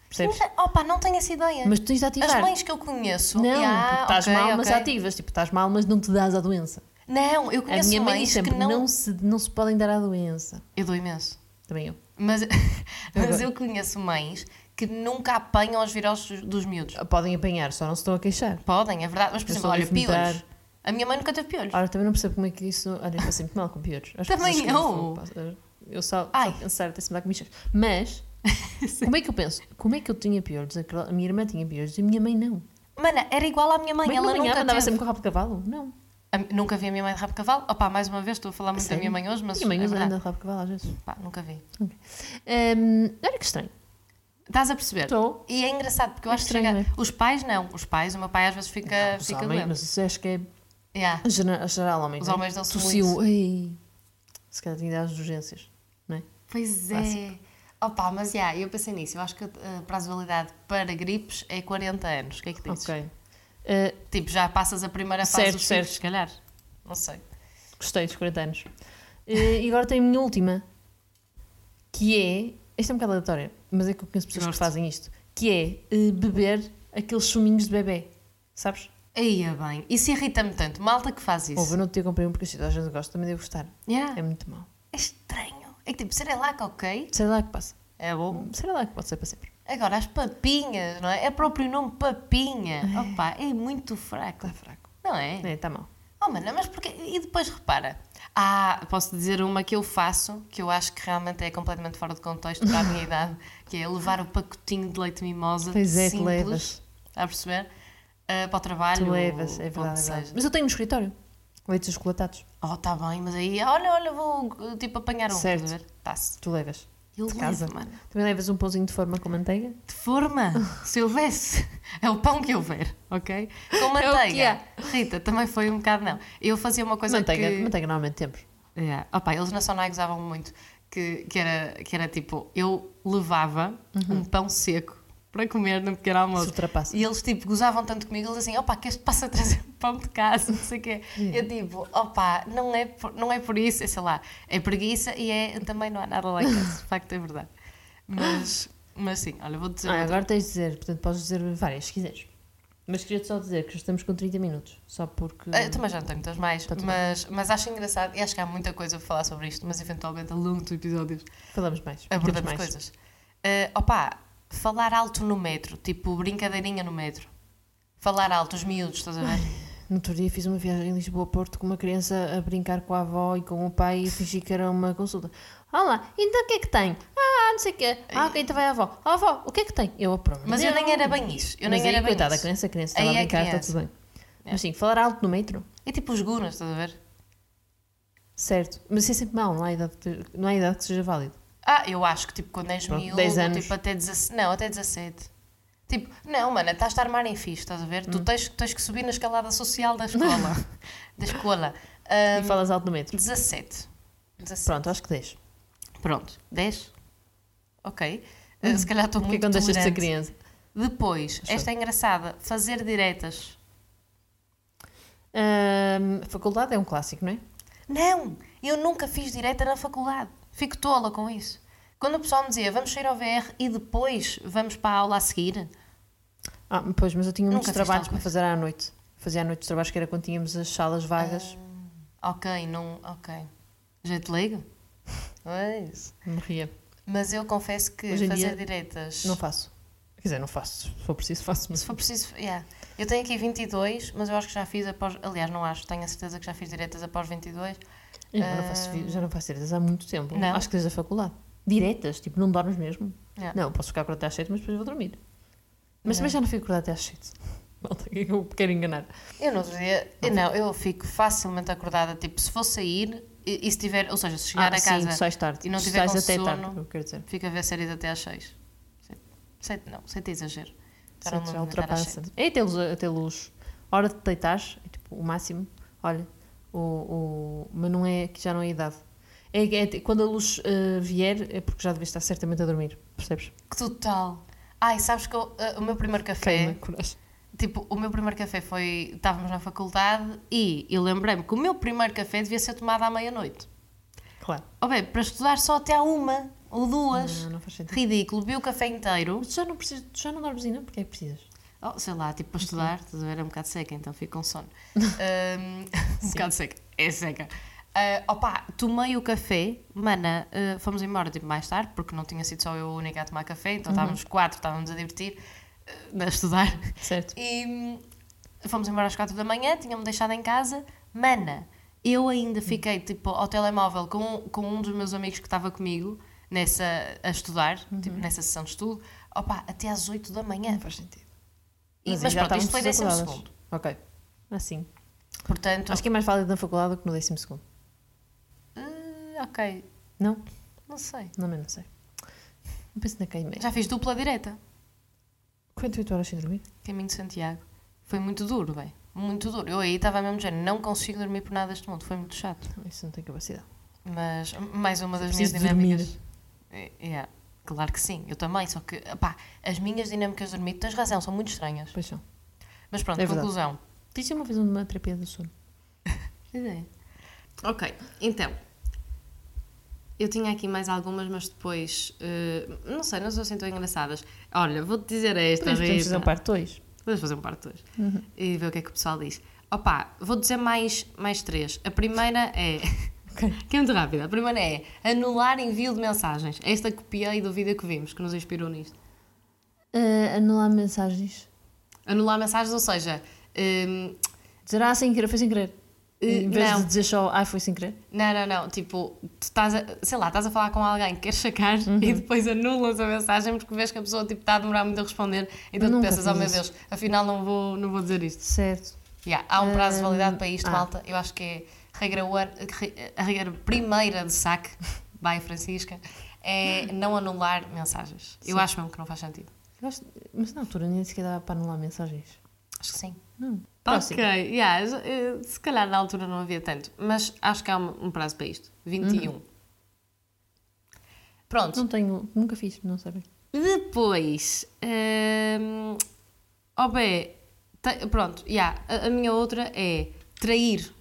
Speaker 1: Percebes?
Speaker 2: Não te- opá, não tenho essa ideia.
Speaker 1: Mas tu tens de ativar.
Speaker 2: As mães que eu conheço.
Speaker 1: Não,
Speaker 2: Ah,
Speaker 1: porque estás
Speaker 2: ok,
Speaker 1: mal, mas
Speaker 2: ok.
Speaker 1: ativas. Tipo, estás mal, mas não te dás à doença.
Speaker 2: Não, eu
Speaker 1: A
Speaker 2: conheço
Speaker 1: minha mãe
Speaker 2: mães
Speaker 1: diz sempre,
Speaker 2: que não.
Speaker 1: não se, não se podem dar à doença.
Speaker 2: Eu dou imenso.
Speaker 1: Também eu.
Speaker 2: Mas, mas
Speaker 1: gosto.
Speaker 2: eu conheço mães que nunca apanham os viroses dos miúdos.
Speaker 1: Podem apanhar, só não se estão a queixar.
Speaker 2: Podem, é verdade. Mas, por
Speaker 1: Eu
Speaker 2: exemplo,
Speaker 1: sou
Speaker 2: olha,
Speaker 1: de vomitar.
Speaker 2: piolhos. A minha mãe nunca teve piolhos.
Speaker 1: Ora, também não percebo como é que isso. Olha, eu passei muito mal com piores. As
Speaker 2: Também
Speaker 1: pessoas que
Speaker 2: eu.
Speaker 1: passam- Eu só, só
Speaker 2: Ai.
Speaker 1: pensar até se me dá comichas. Mas, como é que eu penso? Como é que eu tinha piores? Aquela- A minha irmã tinha piores e a minha mãe não.
Speaker 2: Mana, era igual à minha mãe.
Speaker 1: Como é que
Speaker 2: Ela
Speaker 1: a minha mãe
Speaker 2: nunca
Speaker 1: andava
Speaker 2: teve.
Speaker 1: sempre com o rabo de cavalo? Não.
Speaker 2: A- Nunca vi a minha mãe de rabo de cavalo. Opá, mais uma vez estou a falar muito da
Speaker 1: Sério?
Speaker 2: minha mãe hoje, mas
Speaker 1: minha mãe
Speaker 2: é
Speaker 1: usa anda
Speaker 2: verdade.
Speaker 1: de rabo de cavalo às vezes.
Speaker 2: Pá, nunca vi.
Speaker 1: Hum, Então, olha que estranho.
Speaker 2: Estás a perceber?
Speaker 1: Estou.
Speaker 2: E é engraçado porque eu
Speaker 1: É
Speaker 2: acho que
Speaker 1: estranho,
Speaker 2: chega- os pais não. Os pais, o meu pai às vezes fica,
Speaker 1: Os
Speaker 2: fica
Speaker 1: homens,
Speaker 2: doente.
Speaker 1: Ah, mas isso acho que é
Speaker 2: Yeah.
Speaker 1: gera- geral homem.
Speaker 2: Os
Speaker 1: não é?
Speaker 2: homens dão-se
Speaker 1: Tossiu. Ei. Se calhar tinha de ir às urgências. Não é?
Speaker 2: Pois é.
Speaker 1: Clássico.
Speaker 2: Opá, mas yeah, eu pensei nisso. Eu acho que eh, a prazo de validade para gripes é 40 anos. O que é que dizes?
Speaker 1: Ok. Ah,
Speaker 2: Tipo, já passas a primeira fase
Speaker 1: Certo,
Speaker 2: dos
Speaker 1: certo.
Speaker 2: certo. se calhar. Não sei.
Speaker 1: Gostei dos 40 anos. Eh, E agora tem a minha última, que é. Esta é um bocado aleatória, mas é que eu conheço pessoas
Speaker 2: Gosto.
Speaker 1: que fazem isto: que é eh, beber aqueles suminhos de bebê. Sabes?
Speaker 2: Aí é bem. Isso irrita-me tanto. Malta que faz isso.
Speaker 1: Ou eu não te comprei um porque assim, toda a gente gosta, também devo gostar.
Speaker 2: Yeah.
Speaker 1: É muito mau.
Speaker 2: É estranho. É que tipo, será lá que ok?
Speaker 1: Sei lá que passa.
Speaker 2: É bom.
Speaker 1: Sei lá que pode ser para sempre.
Speaker 2: Agora, as papinhas, não é? É próprio nome papinha. Opá, é muito fraco.
Speaker 1: Está fraco.
Speaker 2: Não é?
Speaker 1: É, está mal.
Speaker 2: Oh, mana, mas porquê? E depois repara. Ah, posso dizer uma que eu faço, que eu acho que realmente é completamente fora de contexto para a minha idade, que é levar o pacotinho de leite mimosa.
Speaker 1: Pois é, tu
Speaker 2: simples,
Speaker 1: levas.
Speaker 2: Está a perceber? Ah, para o trabalho.
Speaker 1: Tu levas, é
Speaker 2: para onde
Speaker 1: verdade. é verdade.
Speaker 2: seja. tá
Speaker 1: Mas eu tenho no escritório leites chocolatados.
Speaker 2: Oh, está bem, mas aí, olha, olha, vou tipo apanhar um.
Speaker 1: Certo.
Speaker 2: estás a ver? Tá-se.
Speaker 1: Tu levas.
Speaker 2: Ele
Speaker 1: de casa.
Speaker 2: leva, mano.
Speaker 1: Também levas um pãozinho de forma com manteiga?
Speaker 2: De forma, se houvesse, é o pão que houver, ok? Com
Speaker 1: É o que
Speaker 2: manteiga.
Speaker 1: há.
Speaker 2: Rita, também foi um bocado não. Eu fazia uma coisa
Speaker 1: manteiga,
Speaker 2: é que...
Speaker 1: manteiga normalmente temos.
Speaker 2: Yeah. É. Opa, eles na Sonai gozavam muito que, que, era, que era tipo, eu levava
Speaker 1: Uhum.
Speaker 2: um pão seco para comer no pequeno
Speaker 1: Se
Speaker 2: almoço.
Speaker 1: ultrapassa.
Speaker 2: E eles tipo gozavam tanto comigo, eles assim, opa, queres que passe a trazer um pão de casa, não sei o quê. Eu tipo, opa, não é, por, não é por isso, é sei lá, é preguiça e é, também não há nada lá em casa, de facto é verdade. Mas, mas sim, olha, vou dizer
Speaker 1: Ah,
Speaker 2: outra.
Speaker 1: agora tens de dizer, portanto podes dizer várias se quiseres. Mas queria-te só dizer que já estamos com 30 minutos, só porque.
Speaker 2: Ah, Eu também já não tenho muitas mais,
Speaker 1: Tá tudo
Speaker 2: mas, mas acho engraçado e acho que há muita coisa para falar sobre isto, mas eventualmente ao longo dos episódios
Speaker 1: Falamos mais. temos
Speaker 2: abordamos
Speaker 1: mais.
Speaker 2: coisas. opa, falar alto no metro, tipo brincadeirinha no metro. Falar alto, os miúdos, estás a ver?
Speaker 1: No outro dia fiz uma viagem em Lisboa-Porto com uma criança a brincar com a avó e com o pai e fingi que era uma consulta. Olá, então o que é que tem? Ah, não sei o quê. Ah, ok, então vai a avó. Ah, avó, o que é que tem? Eu aprovo.
Speaker 2: Mas eu nem era bem isso. Eu
Speaker 1: Mas
Speaker 2: nem
Speaker 1: aí,
Speaker 2: era bem
Speaker 1: coitada, a
Speaker 2: isso.
Speaker 1: criança, a criança
Speaker 2: Aí
Speaker 1: estava a
Speaker 2: é a
Speaker 1: brincar, está
Speaker 2: criança.
Speaker 1: tudo bem. Mas sim, falar alto no metro?
Speaker 2: É tipo os gunas, estás a ver?
Speaker 1: Certo. Mas isso é sempre mau, não há idade, que- não há idade que seja válido.
Speaker 2: Ah, eu acho que tipo quando és
Speaker 1: Pronto,
Speaker 2: miúdo,
Speaker 1: 10 anos.
Speaker 2: tipo até 17. Não, até 17. Tipo, não, mana, estás a armar em fixe, estás a ver?
Speaker 1: Hum.
Speaker 2: Tu tens, tens que subir na escalada social da escola. da escola.
Speaker 1: E
Speaker 2: Ahm,
Speaker 1: falas alto no metro.
Speaker 2: 17. 17.
Speaker 1: Pronto, acho que deixo.
Speaker 2: Pronto. 10? Ok. Ah, se calhar estou
Speaker 1: Porquê
Speaker 2: muito
Speaker 1: que não deixas de ser criança?
Speaker 2: tolerante. Depois, esta é engraçada, fazer diretas.
Speaker 1: Ahm, faculdade é um clássico, não é?
Speaker 2: Não, eu nunca fiz direta na faculdade. Fico tola com isso. Quando o pessoal me dizia, vamos sair ao VR e depois vamos para a aula a seguir.
Speaker 1: Ah, pois, mas eu tinha
Speaker 2: Nunca
Speaker 1: muitos
Speaker 2: fiz
Speaker 1: trabalhos
Speaker 2: tal
Speaker 1: para fazer à noite. Fazia à noite os trabalhos que era quando tínhamos as salas vagas.
Speaker 2: Ah, Ok, não, ok. Já te ligo? Pois.
Speaker 1: Morria.
Speaker 2: Mas eu confesso que
Speaker 1: Hoje em
Speaker 2: fazer
Speaker 1: dia,
Speaker 2: diretas...
Speaker 1: Não faço. Quer dizer, não faço. Se for preciso, faço.
Speaker 2: Se
Speaker 1: Mas...
Speaker 2: for preciso, yeah. Eu tenho aqui 22, mas eu acho que já fiz após... Aliás, não acho, tenho a certeza que já fiz diretas após 22.
Speaker 1: Eu não faço vi- já não faço diretas há muito tempo.
Speaker 2: Ah. Não? É.
Speaker 1: Acho que desde a faculdade. Diretas, tipo, não dormes mesmo.
Speaker 2: Yeah.
Speaker 1: Não, posso ficar acordada até às 7, mas depois vou dormir. Mas
Speaker 2: Não.
Speaker 1: também já não fico acordada até às 7. Malta, que eu quero enganar.
Speaker 2: Eu no outro dia, eu não, eu fico facilmente acordada, tipo, se for sair e, e se tiver, ou seja, se chegar
Speaker 1: ah,
Speaker 2: a
Speaker 1: sim,
Speaker 2: casa,
Speaker 1: tu sais tarde.
Speaker 2: e não
Speaker 1: Tu
Speaker 2: tiver
Speaker 1: sais
Speaker 2: com
Speaker 1: até tarde,
Speaker 2: sono.
Speaker 1: eu quero dizer.
Speaker 2: fico a ver séries até às 6. 7, não, 7 é exagero. Estar a
Speaker 1: Sim, já
Speaker 2: movimentar às
Speaker 1: ultrapassa. É até luz, até luz. Hora de deitares, é tipo o máximo. Olha, o, o, mas não é que já não é idade. É, é te- quando a luz eh, vier, é porque já devias estar certamente a dormir, percebes?
Speaker 2: sete. Que total! Ai, sabes que eu, uh, o meu primeiro café,
Speaker 1: Queima, coragem.
Speaker 2: tipo, o meu primeiro café foi, estávamos na faculdade e eu lembrei-me que o meu primeiro café devia ser tomado à meia-noite.
Speaker 1: Claro.
Speaker 2: Oh bem, para estudar só até à uma ou duas.
Speaker 1: Não, não faz sentido.
Speaker 2: Ridículo, bebi o café inteiro.
Speaker 1: Mas tu já não, precisas, tu já não dormes ainda, porque é que precisas?
Speaker 2: Oh, sei lá, tipo para estudar, estás a ver? É um bocado seca, então fico com sono. um um bocado seca. É seca. Ah, opa, tomei o café, mana, ah, fomos embora tipo, mais tarde, porque não tinha sido só eu a única a tomar café, então estávamos quatro, estávamos a divertir, ah, a estudar.
Speaker 1: Certo.
Speaker 2: E hum, fomos embora às quatro da manhã, tinham-me deixado em casa, mana, eu ainda fiquei tipo ao telemóvel com, com um dos meus amigos que estava comigo nessa, a estudar, tipo, nessa sessão de estudo, opa, até às oito da manhã.
Speaker 1: Não É, faz sentido.
Speaker 2: E- Mas,
Speaker 1: aí já tá um
Speaker 2: pronto, isto
Speaker 1: estávamos
Speaker 2: foi décimo
Speaker 1: desacordadas.
Speaker 2: segundo.
Speaker 1: Ok. Assim.
Speaker 2: Portanto,
Speaker 1: Acho que é mais válido na faculdade do que no décimo segundo.
Speaker 2: eh, ok,
Speaker 1: Não?
Speaker 2: não sei.
Speaker 1: Não, mas não sei. Não penso na queima.
Speaker 2: Já fiz dupla direta,
Speaker 1: 48 horas sem dormir?
Speaker 2: caminho de Santiago. Foi muito duro, bem, muito duro. Eu aí estava mesmo dizendo, não consigo dormir por nada deste mundo, foi muito chato.
Speaker 1: Não, isso não tem capacidade.
Speaker 2: Mas mais uma das minhas
Speaker 1: Preciso dormir.
Speaker 2: dinâmicas. É, é, claro que sim, eu também, só que, pá, as minhas dinâmicas de dormir, tens razão, são muito estranhas.
Speaker 1: Pois são.
Speaker 2: Mas pronto,
Speaker 1: É verdade.
Speaker 2: conclusão.
Speaker 1: Diz uma vez uma terapia do sono.
Speaker 2: Ideia. Ok, então. Eu tinha aqui mais algumas, mas depois. eh, não sei, não sou assim tão engraçadas. Olha, vou-te dizer esta.
Speaker 1: Podemos podemos fazer
Speaker 2: Rita.
Speaker 1: um par Uhum. 2.
Speaker 2: Vamos fazer um parte 2 e ver o que é que o pessoal diz. Opa, vou dizer mais, mais três. A primeira é.
Speaker 1: Ok.
Speaker 2: Que é muito rápida. A primeira é anular envio de mensagens. É Esta copiei do vídeo que vimos, que nos inspirou nisto.
Speaker 1: Ah, anular mensagens.
Speaker 2: Anular mensagens, ou seja, hum,
Speaker 1: Dizer, ah, sem querer, foi sem querer.
Speaker 2: Eh,
Speaker 1: em vez
Speaker 2: não.
Speaker 1: de dizer só, ah, foi sem querer.
Speaker 2: não, não, não. Tipo, tu estás a, sei lá, estás a falar com alguém que queres sacar e depois anulas a mensagem porque vês que a pessoa tipo, está a demorar muito a responder. Então tu
Speaker 1: Nunca
Speaker 2: pensas,
Speaker 1: fiz
Speaker 2: oh meu
Speaker 1: isso.
Speaker 2: Deus, afinal não vou, não vou dizer isto.
Speaker 1: Certo.
Speaker 2: Yeah, há um prazo de
Speaker 1: Hum,
Speaker 2: validade para isto,
Speaker 1: ah.
Speaker 2: malta. Eu acho que é regra one- re- a regra primeira de saque, vai Francisca, é não anular mensagens. Eu acho mesmo que não faz sentido.
Speaker 1: Eu acho- Mas na altura nem sequer dava para anular mensagens.
Speaker 2: Acho que sim.
Speaker 1: Não.
Speaker 2: Ok,
Speaker 1: Próximo.
Speaker 2: yeah, já- eh, se calhar na altura não havia tanto, mas acho que há um um prazo para isto. 21. Pronto,
Speaker 1: Não tenho, nunca fiz, não sabem.
Speaker 2: Depois, hum, ó Bé, te- pronto, já, a, a minha outra é trair.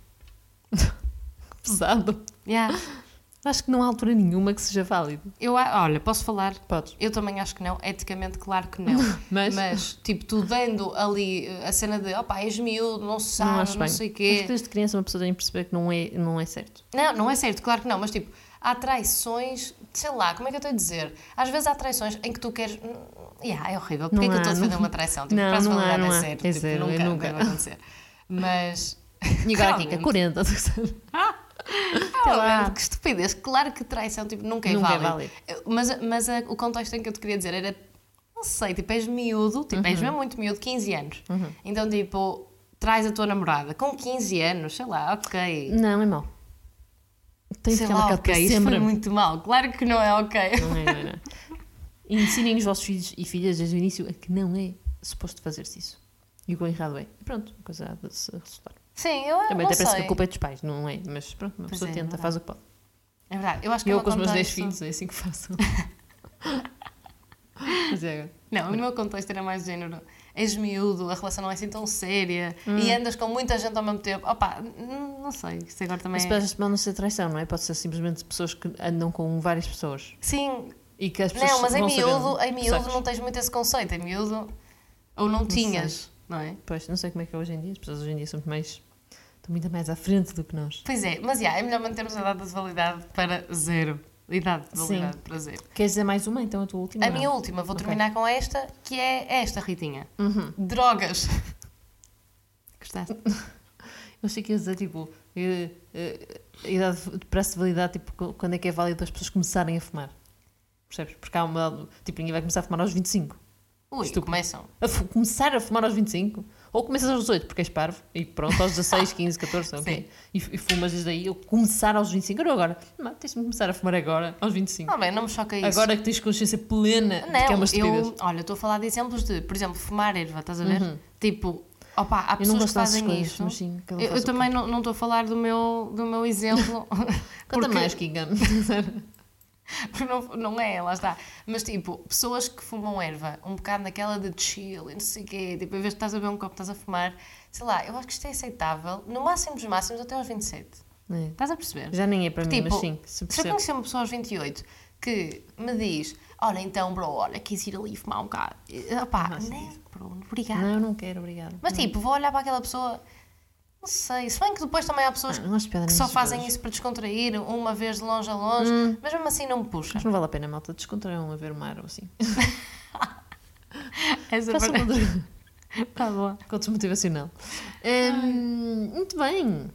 Speaker 1: Pesado.
Speaker 2: já
Speaker 1: Acho que não há altura nenhuma que seja válido.
Speaker 2: Eu, a- olha, posso falar?
Speaker 1: Podes.
Speaker 2: Eu também acho que não, eticamente claro que não.
Speaker 1: Mas-
Speaker 2: Mas, tipo, tu dando ali eh, a cena de, opá, és miúdo, não se
Speaker 1: não
Speaker 2: sabe,
Speaker 1: acho
Speaker 2: ah, não,
Speaker 1: bem.
Speaker 2: sei o
Speaker 1: Acho que
Speaker 2: quê.
Speaker 1: desde criança uma pessoa tem que perceber que não é, não é certo.
Speaker 2: Não, não é certo, claro que não, mas tipo, há traições, sei lá, como é que eu estou a dizer? Às vezes há traições em que tu queres. hum, Yeah, é horrível, porque é que eu
Speaker 1: Não há,
Speaker 2: estou a defender
Speaker 1: não-
Speaker 2: uma traição? Tipo,
Speaker 1: Não,
Speaker 2: não,
Speaker 1: não há,
Speaker 2: probabilidade
Speaker 1: não há.
Speaker 2: é zero,
Speaker 1: É
Speaker 2: tipo,
Speaker 1: zero,
Speaker 2: nunca,
Speaker 1: é nunca.
Speaker 2: deve acontecer. Mas.
Speaker 1: E agora aqui, que é
Speaker 2: realmente,
Speaker 1: 40.
Speaker 2: realmente,
Speaker 1: lá.
Speaker 2: que estupidez, claro que traição tipo, nunca é
Speaker 1: Nunca é
Speaker 2: válido. Mas, mas a- o contexto em que eu te queria dizer era, não sei, tipo, és miúdo, tipo,
Speaker 1: Uhum.
Speaker 2: és mesmo muito miúdo, 15 anos. Então, tipo, traz a tua namorada com 15 anos, sei lá, ok.
Speaker 1: Não, é mau. Tem que
Speaker 2: sei
Speaker 1: ficar
Speaker 2: lá,
Speaker 1: marcado
Speaker 2: ok,
Speaker 1: para
Speaker 2: isto
Speaker 1: sempre.
Speaker 2: foi muito mal. Claro que não é ok.
Speaker 1: Não é, não é, não é. Ensinem os vossos filhos e filhas desde o início a que não é suposto fazer-se isso. E o quão errado é. E Pronto, coisa há de se resultar.
Speaker 2: Sim, eu
Speaker 1: Também
Speaker 2: não
Speaker 1: até
Speaker 2: sei.
Speaker 1: parece que a culpa é dos pais, não é? Mas pronto, uma
Speaker 2: Pois
Speaker 1: pessoa
Speaker 2: é,
Speaker 1: tenta,
Speaker 2: verdade.
Speaker 1: faz o que pode.
Speaker 2: É verdade, eu acho que
Speaker 1: Eu
Speaker 2: no
Speaker 1: com os meus 10
Speaker 2: contexto-
Speaker 1: filhos, é assim que faço. Mas é agora.
Speaker 2: Não, no meu contexto era mais do género. És miúdo, a relação não é assim tão séria e andas com muita gente ao mesmo tempo. Opa, n- não sei, isto agora também.
Speaker 1: Mas
Speaker 2: É...
Speaker 1: pode não ser traição, não é? Pode ser simplesmente pessoas que andam com várias pessoas.
Speaker 2: Sim,
Speaker 1: E que as pessoas
Speaker 2: não, mas em
Speaker 1: vão
Speaker 2: miúdo,
Speaker 1: sabendo,
Speaker 2: em miúdo
Speaker 1: sabes?
Speaker 2: não tens muito esse conceito. Em miúdo, ou não tinhas, não é?
Speaker 1: Pois, não sei como é que é hoje em dia. As pessoas hoje em dia são muito mais... Estão muito mais à frente do que nós.
Speaker 2: Pois é, mas yeah, é melhor mantermos a data de validade para zero. Idade de validade para zero.
Speaker 1: Queres dizer mais uma, então, a tua última?
Speaker 2: A
Speaker 1: não?
Speaker 2: minha última, vou
Speaker 1: Ok. Uhum.
Speaker 2: terminar com esta, que é esta, Ritinha. Drogas. Gostaste?
Speaker 1: Eu achei que ia dizer, tipo, eh, eh, a idade de prazo de validade, tipo, co- quando é que é válido as pessoas começarem a fumar? Percebes? Porque há uma. Tipo, ninguém vai começar a fumar aos 25.
Speaker 2: Ui,
Speaker 1: Estúpido.
Speaker 2: começam.
Speaker 1: A fu- começar a fumar aos 25? Ou começas aos 18, porque és parvo, e pronto, aos 16, 15, 14, ok? E, f- e fumas desde aí. Eu começar aos 25, eu agora. Não, tens de começar a fumar agora, aos 25.
Speaker 2: Não, Ah, bem, não me choca isso.
Speaker 1: agora que tens consciência plena de que é uma
Speaker 2: Não,
Speaker 1: estupidez.
Speaker 2: eu, olha, estou a falar de exemplos de, por exemplo, fumar erva, estás a ver? Tipo, opa, há
Speaker 1: Uhum. Eu não
Speaker 2: pessoas que
Speaker 1: gosto dessas
Speaker 2: fazem
Speaker 1: coisas,
Speaker 2: isto.
Speaker 1: mas sim, cada um
Speaker 2: eu eu
Speaker 1: faz o que
Speaker 2: também não não estou a falar do meu, do meu exemplo.
Speaker 1: Conta
Speaker 2: porque
Speaker 1: mais, Kingan.
Speaker 2: porque não, não é, lá está. Mas tipo, pessoas que fumam erva, um bocado naquela de chill e não sei o quê, tipo, em vez de estás a beber um copo, estás a fumar, sei lá, eu acho que isto é aceitável, no máximo dos máximos, até aos 27.
Speaker 1: É.
Speaker 2: Estás a perceber?
Speaker 1: Já nem é para mim,
Speaker 2: Tipo,
Speaker 1: mas sim, se
Speaker 2: se, eu
Speaker 1: percebe.
Speaker 2: conhecer uma pessoa aos 28 que me diz, olha então, bro, olha, quis ir ali fumar um bocado. E, Opá, não, bro, obrigada.
Speaker 1: Ah, Não, eu não quero, obrigado.
Speaker 2: Mas tipo, vou olhar para aquela pessoa, não sei, se bem que depois também há pessoas
Speaker 1: Ah, não gosto de piada
Speaker 2: que só
Speaker 1: nessas
Speaker 2: fazem
Speaker 1: coisas. Hum.
Speaker 2: isso para descontrair, uma vez de longe a longe, mas mesmo assim não me puxa.
Speaker 1: Mas não vale a pena, malta. Descontraiam a ver o mar ou assim.
Speaker 2: Essa
Speaker 1: Façam uma droga.
Speaker 2: Tá boa.
Speaker 1: Contos motivacional. Hum, muito bem.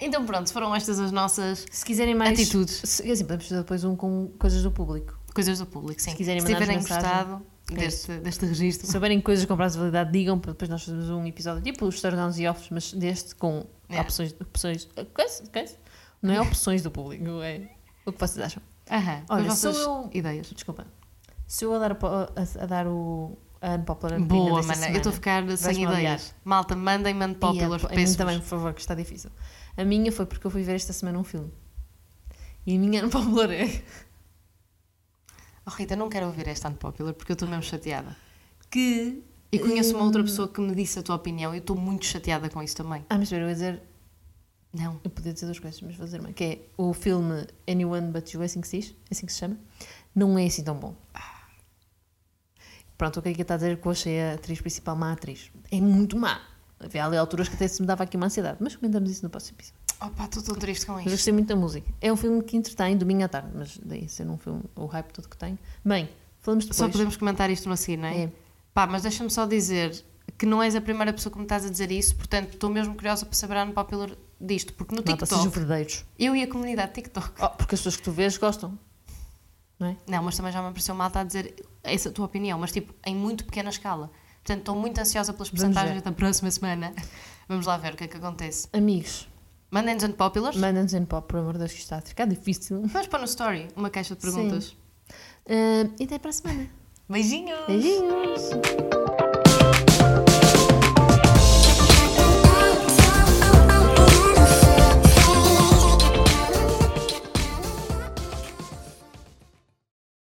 Speaker 2: Então pronto, foram estas as nossas
Speaker 1: Se quiserem mais.
Speaker 2: Atitudes.
Speaker 1: Se, assim, podemos fazer depois um com coisas do público.
Speaker 2: coisas do público, sim.
Speaker 1: Se quiserem mandar-nos
Speaker 2: tiverem
Speaker 1: mensagem,
Speaker 2: gostado
Speaker 1: é
Speaker 2: deste, deste registro,
Speaker 1: Se souberem coisas com prazo de validade, digam, para depois nós fazemos um episódio tipo os Stargons e Offs, mas deste com
Speaker 2: Yeah.
Speaker 1: opções. opções coisa, coisa. Não é opções do público, é o que vocês acham.
Speaker 2: Aham,
Speaker 1: Olha,
Speaker 2: as vossas
Speaker 1: sou eu-
Speaker 2: ideias.
Speaker 1: Desculpa. Se eu a dar, o po- a, a dar o. A Unpopular Opinion
Speaker 2: Boa,
Speaker 1: desta
Speaker 2: mana. Eu
Speaker 1: semana.
Speaker 2: estou a ficar sem
Speaker 1: Vais-me
Speaker 2: ideias. Malta, mandem, mandem
Speaker 1: E é a-
Speaker 2: popular
Speaker 1: a mim
Speaker 2: pêssegos.
Speaker 1: também, por favor, que está difícil. A minha foi porque eu fui ver esta semana um filme. E a minha não popular é.
Speaker 2: Oh, Rita, não quero ouvir esta unpopular porque eu estou mesmo chateada.
Speaker 1: Que. eh,
Speaker 2: E conheço
Speaker 1: Hum.
Speaker 2: uma outra pessoa que me disse a tua opinião e eu estou muito chateada com isso também.
Speaker 1: Ah, mas espera, eu ia dizer.
Speaker 2: Não.
Speaker 1: Eu podia dizer duas coisas, mas vou dizer uma. Que é o filme Anyone But You, é assim que se diz? É assim que se chama? Não é assim tão bom. Pronto, o que é que está a dizer que eu achei a atriz principal má atriz? É muito má. Havia ali alturas que até se me dava aqui uma ansiedade, mas comentamos isso no próximo episódio.
Speaker 2: Opa, estou tão triste com
Speaker 1: Mas eu
Speaker 2: isto.
Speaker 1: gostei muito da música. É um filme que entretém domingo à tarde, mas daí ser um filme, o hype todo que tem. Bem, falamos depois.
Speaker 2: Só podemos comentar isto no a seguir, não é?
Speaker 1: É.
Speaker 2: Pá, mas deixa-me só dizer que não és a primeira pessoa que me estás a dizer isso, portanto estou mesmo curiosa para saber a unpopular disto, porque no
Speaker 1: Malta, sejam
Speaker 2: TikTok,
Speaker 1: verdadeiros.
Speaker 2: eu e a comunidade TikTok.
Speaker 1: Oh, porque as pessoas que tu vês gostam. Não é?
Speaker 2: Não, mas também já me apareceu malta a dizer essa tua opinião, mas tipo, em muito pequena escala. Portanto, estou muito ansiosa pelas
Speaker 1: Vamos
Speaker 2: porcentagens
Speaker 1: ver.
Speaker 2: da próxima semana. Vamos lá ver o que é que acontece.
Speaker 1: Amigos,
Speaker 2: Mandem-nos unpopulars.
Speaker 1: mandem-nos em pop, por amor de Deus, que isto está a ficar difícil.
Speaker 2: Vamos pôr no story uma caixa de perguntas. Ah, e até para a semana.
Speaker 1: Beijinhos!
Speaker 2: Beijinhos!